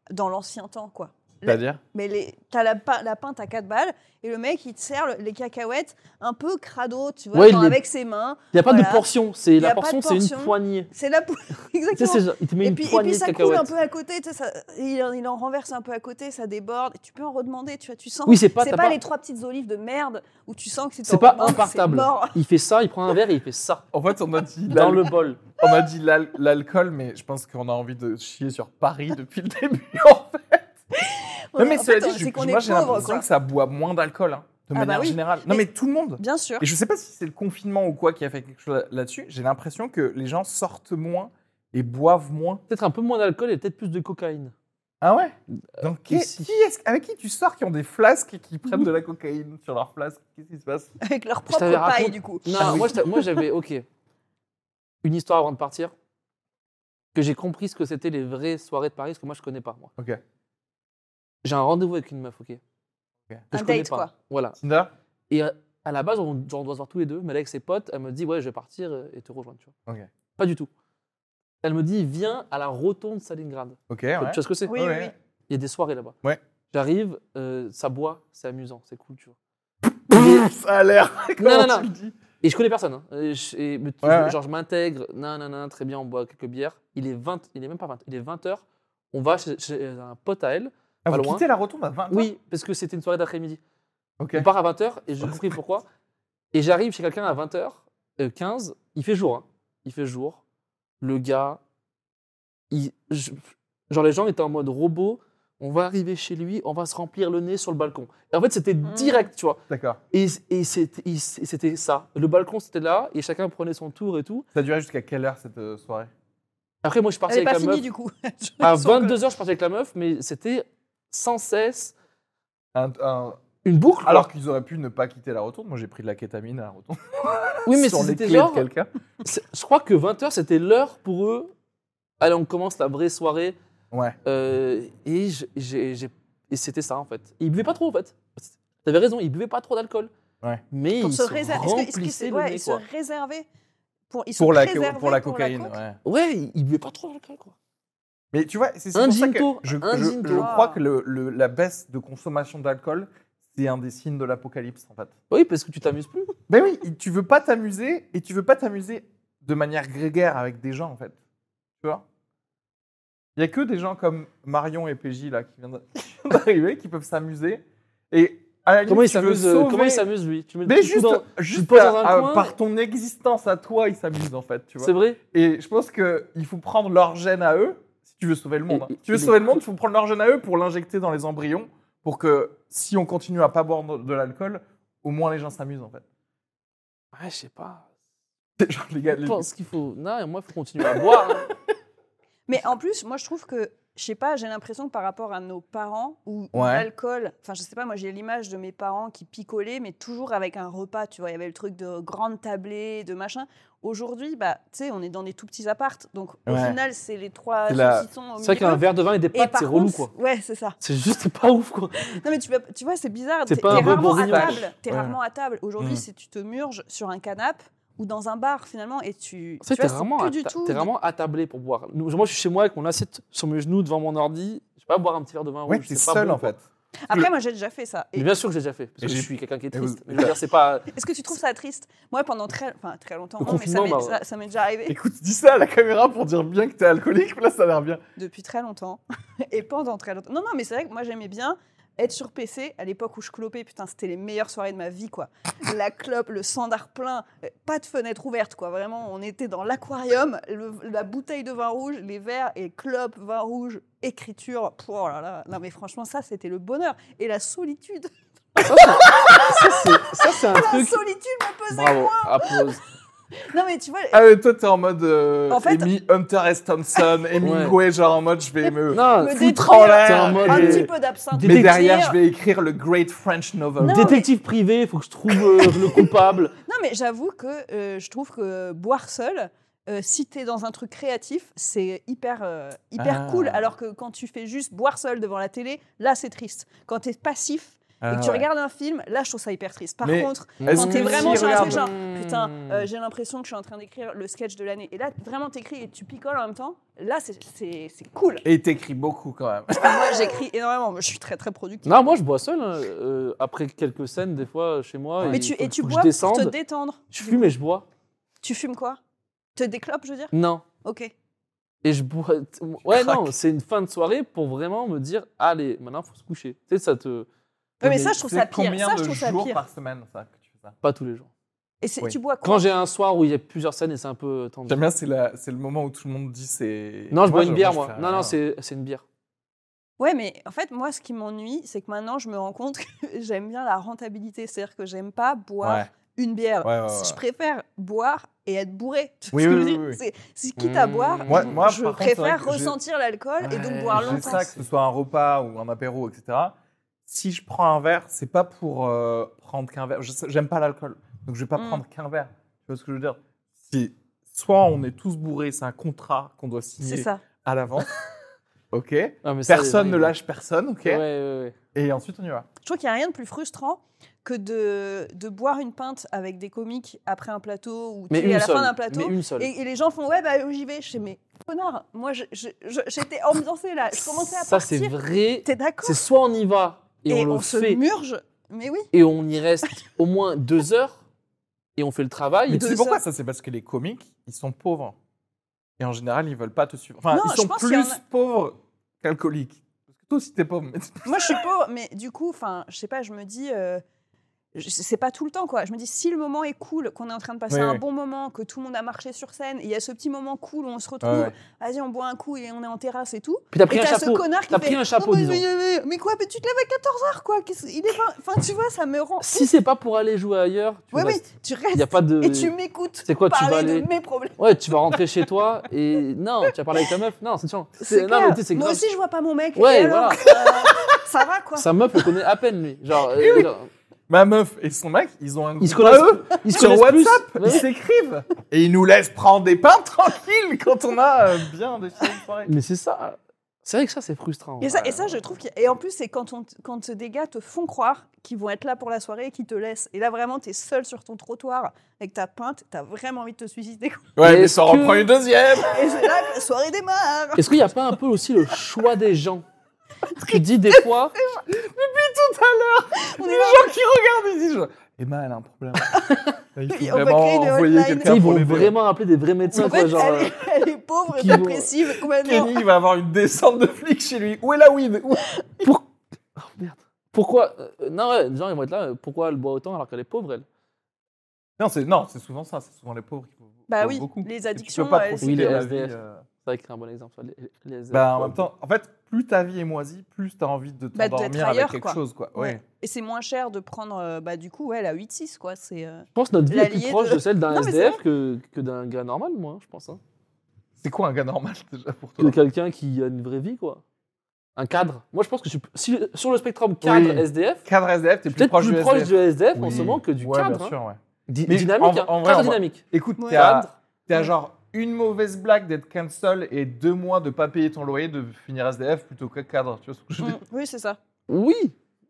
dans l'ancien temps, quoi. C'est-à-dire Mais les- t'as la, pa- la pinte à 4 balles et le mec, il te sert le- les cacahuètes un peu crado, tu vois, Ouais, il genre les- avec ses mains. Il n'y a pas Voilà. de portion. C'est, Il y la a pas de portion, c'est une portion. poignée. C'est là pour... Tu sais, Exactement. c'est genre, il te met Et une puis, et poignée puis de ça coule cacahuètes. un peu à côté, tu sais, ça- il, en- il en renverse un peu à côté, ça déborde. Et tu peux en redemander, tu vois, tu sens. Oui, c'est pas, c'est t'as pas, pas- les trois petites olives de merde où tu sens que si t'en c'est pas remanges, un par c'est table. mort. Il fait ça, il prend un verre et il fait ça En fait, on a dit dans le bol. On a dit l'al- l'alcool, mais je pense qu'on a envie de chier sur Paris depuis le début, en fait. non, mais En cela fait, dit, c'est je- qu'on moi, est j'ai pauvre, l'impression quoi. que ça boit moins d'alcool, hein, de Ah bah manière oui. générale. Non, mais Mais- tout le monde. Bien sûr. Et je sais pas si c'est le confinement ou quoi qui a fait quelque chose là- là-dessus. J'ai l'impression que les gens sortent moins et boivent moins. Peut-être un peu moins d'alcool et peut-être plus de cocaïne. Ah ouais Donc, qui, ici. qui est-ce- avec qui tu sors qui ont des flasques et qui prennent de la cocaïne sur leurs flasques Qu'est-ce qui se passe Avec leur Je t'avais propre paille, raconté- du coup. Non, Ah oui. moi, j'étais- moi j'avais, ok, une histoire avant de partir, que j'ai compris ce que c'était les vraies soirées de Paris, parce que moi je connais pas, moi. Ok. J'ai un rendez-vous avec une meuf, ok. Que Un je connais date, pas. quoi. Voilà. Tinder Et à, à la base, on, genre, on doit se voir tous les deux, mais elle est avec ses potes, elle me dit, ouais, je vais partir euh, et te rejoindre, tu vois. Ok. Pas du tout. Elle me dit, viens à la rotonde Stalingrad. Ok, Ah ouais. Tu vois ce que c'est Oui, oui, oui. Il y a des soirées là-bas. Ouais. J'arrive, euh, ça boit, c'est amusant, c'est cool, tu vois. Pff, Ça a l'air. Non, non, Comment non. tu le dis Et je connais personne. hein. Euh, je- et- mais tu- Ouais, ouais. Genre, je m'intègre. Nan, nan, nan, très bien, on boit quelques bières. Il est 20, il est même pas 20, il est 20h. On va chez, chez euh, un pote à elle. Ah, Pas vous loin. quittez la rotonde à 20 Oui, parce que c'était une soirée d'après-midi. Ok. Oh, On part à 20h et j'ai compris pourquoi. Et j'arrive chez quelqu'un à 20h15. il fait jour. hein. Il fait jour. Le gars. il- je- genre, les gens étaient en mode robot. On va arriver chez lui, on va se remplir le nez sur le balcon. Et en fait, c'était Mm. direct, tu vois. D'accord. Et, et c'était et c'était ça. Le balcon, c'était là, et chacun prenait son tour et tout. Ça a duré jusqu'à quelle heure cette euh, soirée Après, moi, je partais Elle est pas avec la finie, meuf. du coup. À Ils sont 22h, je partais avec la meuf, mais c'était sans cesse Un- un- une boucle. quoi. Alors qu'ils auraient pu ne pas quitter la rotonde. Moi, j'ai pris de la kétamine à la rotonde. oui, mais sur les c'était clés genre. de quelqu'un. c'est- Je crois que 20h, c'était l'heure pour eux. Allez, on commence la vraie soirée. Ouais. Euh, et je- j'ai- j'ai- et c'était ça, en fait. Ils buvaient pas trop, en fait. T'avais raison, ils buvaient pas trop d'alcool. Ouais. Mais Pour ils se se, réserver. Est-ce que- est-ce que remplissaient c'est- le ouais, nez, ils se quoi. réservaient pour, ils se Pour la, préservaient pour la cocaïne. coke. ouais. Ouais, ils ils buvaient pas trop d'alcool, quoi. Mais tu vois, c'est c'est Un pour ça ginto, que je, un je- ginto. je crois que le- le- la baisse de consommation d'alcool, c'est un des signes de l'apocalypse, en fait. Oui, parce que tu t'amuses plus. Ben oui, et tu veux pas t'amuser et tu veux pas t'amuser de manière grégaire avec des gens, en fait. Tu vois Il y a que des gens comme Marion et PJ, là, qui viennent d'arriver, qui peuvent s'amuser. Et à la Comment il limite, tu veux s'amuse euh, Comment sauver- il s'amuse lui Tu mets le Mais petit coup juste, dans- juste poses dans un à- à- coin. par ton existence à toi, ils s'amusent en fait, tu vois. C'est vrai. Et je pense qu'il faut prendre leur gène à eux, si tu veux sauver le monde. hein. Et- et- Si tu veux mais- sauver le monde, il faut prendre leur gène à eux pour l'injecter dans les embryons, pour que si on continue à pas boire no- de l'alcool, au moins les gens s'amusent en fait. Ouais, je sais pas. C'est Genre, les gars, les- Je pense qu'il faut. Non, moi, il faut continuer à boire. hein. Mais en plus, moi, je trouve que je sais pas, j'ai l'impression que par rapport à nos parents, où Ouais. l'alcool, enfin je sais pas, moi j'ai l'image de mes parents qui picolaient, mais toujours avec un repas, tu vois, il y avait le truc de grande tablée, de machin. Aujourd'hui, bah, tu sais, on est dans des tout petits appartes, donc au Ouais. final, c'est les trois C'est la- saucissons au C'est vrai qu'un milieu. verre de vin et des Et pâtes, par c'est relou, contre, quoi. Ouais, c'est ça. C'est juste c'est pas ouf, quoi. Non mais tu, vas- tu vois, c'est bizarre. T'es C'est t'es pas un bon rarement à bourrinage. table. T'es Ouais. rarement à table. Aujourd'hui, Mm. c'est tu te murges sur un canapé ou dans un bar finalement et tu. En fait, tu t'es vois, c'est vraiment, plus atta- du tout. t'es vraiment attablé pour boire. Nous- moi, je suis chez moi avec mon assiette sur mes genoux devant mon ordi. Je vais pas boire un petit verre de vin Ouais, rouge. t'es c'est pas seul bon, en quoi. fait. Après, moi, j'ai déjà fait ça. Et Mais bien sûr que j'ai déjà fait, parce Et que je j'ai- suis quelqu'un qui est et vous- triste. Mais je veux dire, c'est pas. Est-ce que tu trouves ça triste Moi, pendant très, enfin, très longtemps, Le non, mais ça confinement m'est, m'a- bah, ça- ça m'est déjà arrivé Écoute, dis ça à la caméra pour dire bien que t'es alcoolique, là ça a l'air bien. depuis très longtemps. Et pendant très longtemps. Non, non, mais c'est vrai que moi, j'aimais bien être sur PC à l'époque où je clopais. Putain, c'était les meilleures soirées de ma vie, quoi. La clope, le sandar plein, euh, pas de fenêtre ouverte, quoi. Vraiment, on était dans l'aquarium, le- la bouteille de vin rouge, les verres et clope, vin rouge, écriture. Pouh, Oh là là. Non, mais franchement, ça, c'était le bonheur. Et la solitude. Ça, c'est- ça, c'est- ça, c'est un La truc. solitude me pesait. Bravo, applause. Non, mais tu vois. Ah ouais, toi t'es en mode euh, En fait- Amy Hunter S. Thompson, Hemingway, genre en mode je vais me Non, me Ah, foutre en détruire, t'es l'air. en mode, un euh, et- petit peu d'absinthe. Mais détective. derrière je vais écrire le Great French Novel. Non, détective privé, faut que je trouve euh, le coupable. Non, mais j'avoue que euh, je trouve que boire seul, euh, si t'es dans un truc créatif, c'est hyper, euh, hyper Ah. cool. Alors que quand tu fais juste boire seul devant la télé, là, c'est triste. Quand t'es passif Ah et que tu ouais. regardes un film, là, je trouve ça hyper triste. Par Mais- contre, Est-ce quand que t'es si, vraiment sur un regarde- truc genre, Hmm. putain, euh, j'ai l'impression que je suis en train d'écrire le sketch de l'année. Et là, vraiment, t'écris et tu picoles en même temps. Là, c'est- c'est c'est cool. Et t'écris beaucoup quand même. Moi, j'écris énormément. Moi, Je suis très, très productive. Non, moi je bois seul hein, euh, après quelques scènes des fois chez moi. mais il tu, faut- et tu faut que bois je pour descende. te détendre. Je fume et je bois. Tu fumes quoi Te déclopes, je veux dire Non. Ok. Et je bois. Ouais, Crac. non, c'est une fin de soirée pour vraiment me dire allez, maintenant faut se coucher. Tu sais, ça te. Ouais, mais ça, je trouve ça C'est pire. Combien Ça, de je trouve ça jours pire. par semaine ça que tu fais ça Pas tous les jours. Et c'est- Oui. tu bois quoi Quand j'ai un soir où il y a plusieurs scènes et c'est un peu tendu. J'aime bien, c'est la- c'est le moment où tout le monde dit c'est. Non, je bois une bière, je moi. fais Non, rien. non, c'est c'est une bière. Ouais, mais en fait, moi, ce qui m'ennuie, c'est que maintenant, je me rends compte que j'aime bien la rentabilité. C'est-à-dire que j'aime pas boire Ouais. une bière. Ouais, ouais, ouais. Je préfère boire et être bourré. Tu Oui, vois ce oui, que je oui, veux oui. dire C'est- c'est quitte à Mmh. boire, Moi- moi, je par contre, c'est préfère vrai que j'ai- ressentir l'alcool et donc Ouais, boire j'ai J'ai longtemps. ça, que ce soit un repas ou un apéro, etc. Si je prends un verre, c'est pas pour euh, prendre qu'un verre. Je sais- J'aime pas l'alcool, donc je vais pas Mm. prendre qu'un verre. Tu vois ce que je veux dire Si soit on est tous bourrés, c'est un contrat qu'on doit C'est signer ça. à l'avance. ok. Ah, mais ça, Personne les- ne lâche personne, ok. Ouais, ouais, ouais. Et ensuite on y va. Je trouve qu'il n'y a rien de plus frustrant que de, de boire une pinte avec des comiques après un plateau ou Mais tu es une à la fin seule. d'un plateau. Mais une seule. Et, et les gens font ouais bah j'y vais, je sais mais connard, moi je- je- je- j'étais ambiancée là, je commençais à Ça, partir. c'est vrai. T'es d'accord C'est soit on y va et, Et, on on, le se fait murge, mais oui. et on y reste au moins deux heures et on fait le travail. Mais tu sais deux pourquoi heures. ça C'est parce que les comiques, ils sont pauvres. Et en général, ils veulent pas te suivre. Enfin, Non, ils je sont pense plus qu'il y en a- pauvres qu'alcooliques. Parce que toi aussi, t'es pauvre. mais- Moi je suis pauvre, mais du coup, enfin, je sais pas, je me dis. euh, je- c'est pas tout le temps quoi. Je me dis si le moment est cool, qu'on est en train de passer Oui, un oui. bon moment, que tout le monde a marché sur scène, et il y a ce petit moment cool où on se retrouve, Ouais, ouais. vas-y on boit un coup et on est en terrasse et tout. Puis t'as Et pris un t'as ce chapeau. connard qui T'as fait, Oh, pris un chapeau, mais, disons. mais- mais- mais quoi, mais tu te lèves à 14h quoi. qu'est-ce- il est pas... Enfin tu vois, ça me rend. Si c'est pas pour aller jouer ailleurs, tu oui oui, restes. tu Il restes y a pas de. et tu m'écoutes. C'est quoi, tu vas parler aller- de mes problèmes. Ouais, tu vas rentrer chez toi et non, tu as parlé avec ta meuf. Non, c'est chiant. C'est Non, mais clair. tu sais, c'est Moi grave. aussi je vois pas mon mec. Ouais, et alors, euh, ça va quoi. Sa meuf le connaît à peine lui. Genre, euh, genre, Ma meuf et son mec, ils ont un groupe ils se à connaissent. Bah eux. Ils se Sur connaissent plus. Ouais. Ils s'écrivent et ils nous laissent prendre des pains tranquilles quand on a euh, bien défini une soirée. Mais c'est ça. C'est vrai que ça, c'est frustrant. Et ça, et ça, je trouve qu'il y a- Et en plus, c'est quand, on t- quand des gars te font croire qu'ils vont être là pour la soirée et qu'ils te laissent. Et là, vraiment, t'es seul sur ton trottoir avec ta pinte, t'as vraiment envie de te suicider. quoi. Ouais, mais mais est-ce ça que- reprend une deuxième. Et c'est là que la soirée démarre. Est-ce qu'il n'y a pas un peu aussi le choix des gens Tu dis des fois, On Les est là. gens qui regardent, ils disent genre, Emma, elle a un problème. Il faut On va vraiment créer une envoyer hotline. tu sais, quelqu'un ils pour vont les vraiment appeler des vrais médecins. En fait, quoi, genre, elle, euh, est, elle est pauvre, qui vont- dépressive, complètement. Kenny, il va avoir une descente de flics chez lui. Où est la weed Où- pour- Oh, merde. Pourquoi euh, Non, ouais, les gens ils vont être là. euh, Pourquoi elle boit autant alors qu'elle est pauvre elle Non, c'est non, c'est souvent ça. C'est souvent les pauvres qui vont. Bah vont oui, beaucoup. Et tu les peux addictions. pas elles- profiter Oui, les de la SDF. vie, euh, C'est vrai que c'est un bon exemple. ça, les- les- les- Bah, en même temps, en fait, plus ta vie est moisie, plus t'as envie de Bah, d'être t'endormir ailleurs, avec quelque quoi. chose, quoi. Ouais. Ouais. Et c'est moins cher de prendre, euh, bah, du coup, ouais, la 8-6, quoi. C'est. euh, je pense que notre vie est plus l'allié proche de- de celle d'un Non, mais c'est SDF que, que d'un gars normal, moi, je pense. hein. C'est quoi un gars normal déjà pour toi que quelqu'un qui a une vraie vie, quoi. Un cadre. Moi, je pense que je suis si- sur le spectre cadre Oui. SDF, Cadre SDF, t'es plus peut-être proche plus du proche SDF. du SDF en Oui. ce moment que du ouais, cadre. Bien hein. sûr, ouais. Di- Mais dynamique, en- hein. en vrai, cadre en vrai. dynamique. Écoute, Ouais. t'es à- Cadre. t'es à genre une mauvaise blague d'être cancel et deux mois de pas payer ton loyer de finir SDF plutôt que cadre. Tu vois ce que je veux dire Mm, Oui, c'est ça. Oui,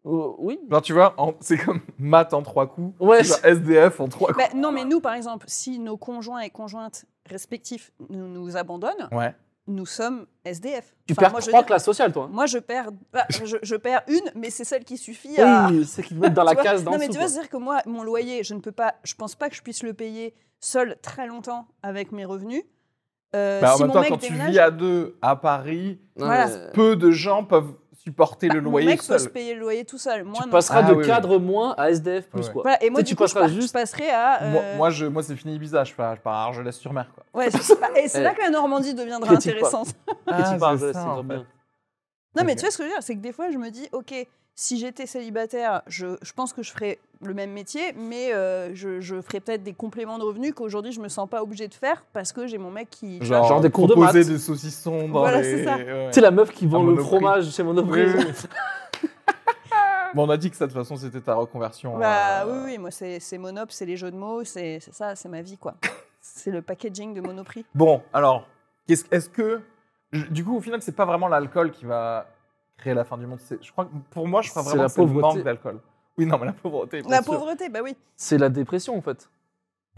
Euh, oui. Genre, tu vois, en- c'est comme maths en trois coups. Ouais, bah, genre SDF en trois coups. Bah, non, mais nous, par exemple, si nos conjoints et conjointes respectifs nous, nous abandonnent, Ouais. nous sommes SDF. tu Enfin, perds moi, je trois hein. veux dire- classes sociales, toi. moi, je perds, bah, je, je perds une, mais c'est celle qui suffit à. Oui, c'est qu'ils te mettent dans la Tu vois case d'en non, mais dessous. tu quoi. vois, c'est-à-dire que moi, mon loyer, je ne peux pas, je pense pas que je puisse le payer seul très longtemps avec mes revenus. Euh, Bah, en si même mon temps, mec quand tu déménage, vis à deux à Paris, Non, voilà. mais peu de gens peuvent supporter le Bah, mon loyer mec seul. peut se payer le loyer tout seul. Moi, Tu non. passeras Ah, de oui, oui. cadre moins à SDF plus, Ouais. quoi. Voilà, et moi, Tu sais, du tu coup, je, passeras pa- je juste- passerai à. euh, Moi, moi, je, moi c'est fini Ibiza, je pars, je pars à Argelès-sur-Mer. Quoi. ouais, c'est- bah, et c'est Eh. là que la Normandie deviendra Critique pas. intéressante. Et Ah, Ah, tu parles, Ah, c'est voilà, ça, c'est en très fait. bien. Non, mais Ok. tu vois ce que je veux dire, c'est que des fois, je me dis, ok, si j'étais célibataire, je, je pense que je ferais le même métier, mais euh, je, je ferais peut-être des compléments de revenus qu'aujourd'hui, je me sens pas obligée de faire parce que j'ai mon mec qui. Genre, Genre des cours de proposer maths. des saucissons dans Voilà, les- c'est ça. ouais. Tu sais, la meuf qui vend le Monoprix. fromage chez Monoprix. Oui, Bon, on a dit que ça, de toute façon, c'était ta reconversion. Bah euh, oui, oui, moi, c'est c'est Monop, c'est les jeux de mots, c'est c'est ça, c'est ma vie, quoi. c'est le packaging de Monoprix. Bon, alors, qu'est-ce- est-ce que. je- Du coup, au final, c'est pas vraiment l'alcool qui va créer la fin du monde. c'est- Je crois que pour moi, je crois C'est vraiment la que c'est le pauvreté. manque d'alcool. Oui, non, mais la pauvreté. bien La sûr. pauvreté, bah oui. C'est la dépression, en fait.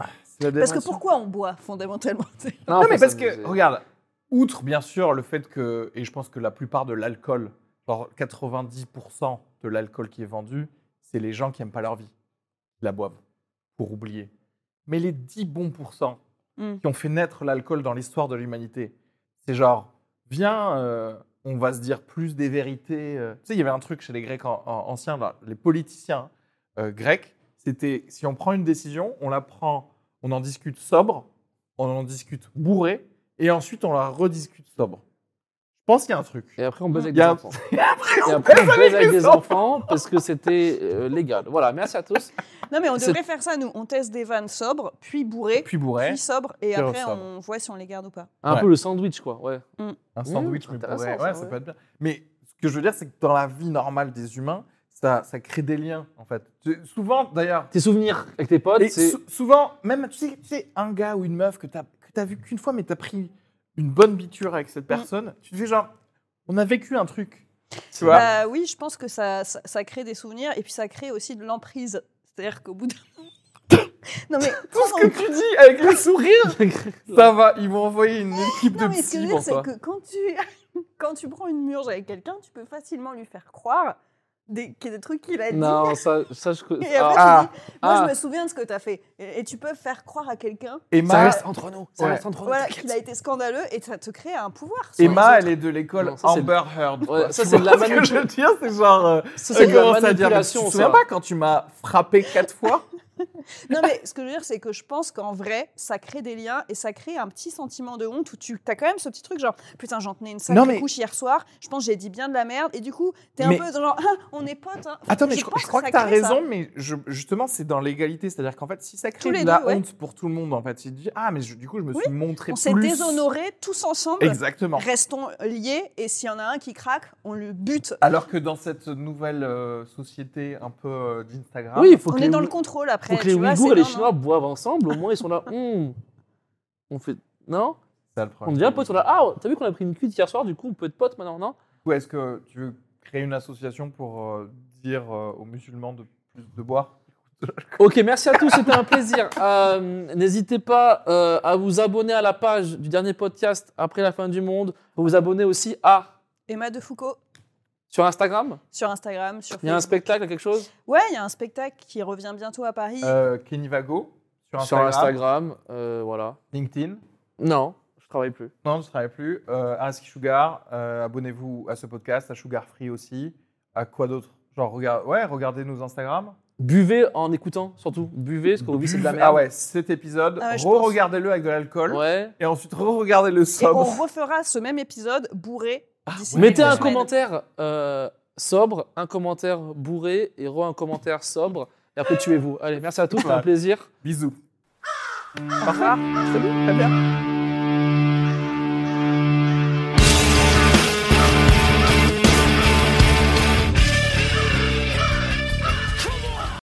C'est la Parce que dépression. pourquoi on boit, fondamentalement tu sais Non, mais ça parce que, nous est- regarde, outre bien sûr le fait que, et je pense que la plupart de l'alcool, genre 90% de l'alcool qui est vendu, c'est les gens qui aiment pas leur vie, qui la boivent, pour oublier. Mais les 10 bons pourcents Mm. qui ont fait naître l'alcool dans l'histoire de l'humanité, c'est genre, viens, euh, on va se dire plus des vérités. euh. Tu sais, il y avait un truc chez les Grecs an- an- anciens, là, les politiciens euh, grecs, c'était si on prend une décision, on la prend, on en discute sobre, on en discute bourré, et ensuite on la rediscute sobre. Je pense qu'il y a un truc. Et après, on baise avec Il y des a- enfants. Et après, on baise avec des enfants parce que c'était euh, légal. Voilà, merci à tous. Non, mais on C'est- devrait faire ça, nous. On teste des vannes sobres, puis bourrées, Puis bourré, puis sobres, et puis après, sobre. on voit si on les garde ou pas. Un Ouais. peu le sandwich, quoi. Ouais. un sandwich, Mmh, mais intéressant, bourré. ça, Ouais, ça ouais. peut être bien. Mais ce que je veux dire, c'est que dans la vie normale des humains, ça, ça crée des liens, en fait. Tu- Souvent, d'ailleurs, Tes souvenirs avec tes potes, Et c'est. sou- souvent, même, tu sais, tu sais, un gars ou une meuf que t'as que t'as vu qu'une fois, mais t'as pris une bonne biture avec cette personne, tu te fais genre, on a vécu un truc. Tu vois Bah oui, je pense que ça, ça, ça crée des souvenirs et puis ça crée aussi de l'emprise. C'est-à-dire qu'au bout d'un Non mais Tout ce que tu dis avec le sourire, ça va, ils vont envoyer une équipe non, de mais ce que je psy veux dire, pour c'est toi. que quand tu, quand tu prends une murge avec quelqu'un, tu peux facilement lui faire croire des, qu'il y a des trucs qu'il a dit. Non, ça, ça je. Et après, Ah, Ah, tu dis, moi, ah. je me souviens de ce que t'as fait. Et, et tu peux faire croire à quelqu'un ça Emma, reste entre nous. Ça Ouais. reste entre nous. voilà, t'inquiète. qu'il a été scandaleux et ça te crée un pouvoir. sur les Emma autres. elle est de l'école Non, ça, c'est- Amber Heard. quoi. Ouais, ça, Tu c'est de vois la ce que je veux manipulation. dire, c'est genre. euh, Ça, c'est elle de la commence à dire, mais Tu manipulation, te souviens ça. pas quand tu m'as frappé quatre fois Non, mais ce que je veux dire, c'est que je pense qu'en vrai, ça crée des liens et ça crée un petit sentiment de honte où tu as quand même ce petit truc genre putain, j'en tenais une sacrée Non, mais- couche hier soir, je pense que j'ai dit bien de la merde et du coup, t'es Mais- un peu genre Ah, on est potes. hein. Enfin, Attends, mais je, pense je crois que ça tu as crée ça. raison, mais je- justement, c'est dans l'égalité. C'est-à-dire qu'en fait, si ça crée Tous les de la deux, ouais. honte pour tout le monde, en fait, il dit Ah, mais je- du coup, je me Oui, suis montré On plus. s'est déshonorés tous ensemble. Exactement. Restons liés et s'il y en a un qui craque, on le bute. Alors que dans cette nouvelle euh, société un peu euh, d'Instagram, Oui, il faut on que est les- dans le contrôle après. faut que les tu vois, c'est Ouïghours et les non, non. Chinois boivent ensemble. Au moins, ils sont là. Hum. On fait. Non c'est ça le On problème. devient potes. On a... Ah, t'as vu qu'on a pris une cuite hier soir, du coup, on peut être potes maintenant, non Ou est-ce que tu veux créer une association pour euh, dire euh, aux musulmans de plus de boire Ok, merci à tous, c'était un plaisir. Euh, N'hésitez pas euh, à vous abonner à la page du dernier podcast après la fin du monde. Vous vous abonnez aussi à Emma de Foucault sur Instagram. sur Instagram, sur Il y a un Facebook. spectacle, quelque chose Ouais, il y a un spectacle qui revient bientôt à Paris. euh, Kenny Vago sur sur Instagram, Instagram. euh, voilà. LinkedIn. Non, je travaille plus. Non, je ne travaille plus. Euh, Ask Sugar, euh, abonnez-vous à ce podcast, à Sugar Free aussi. À quoi d'autre Genre, regarde, ouais, regardez nos Instagram. Buvez en écoutant, surtout. Buvez, parce qu'au vit, c'est de la Buvez- merde. Ah ouais, cet épisode, Ah ouais, je pense. re-regardez-le avec de l'alcool. Ouais. Et ensuite, re-regardez-le Et on sobre. refera ce même épisode bourré. d'ici Oui, Ah, Mettez quelques un semaines. commentaire euh, sobre, un commentaire bourré et re un commentaire sobre. Et après, tuez-vous. Allez, merci à tous, c'était un Ouais. plaisir. Bisous. Au revoir. Salut, très bien.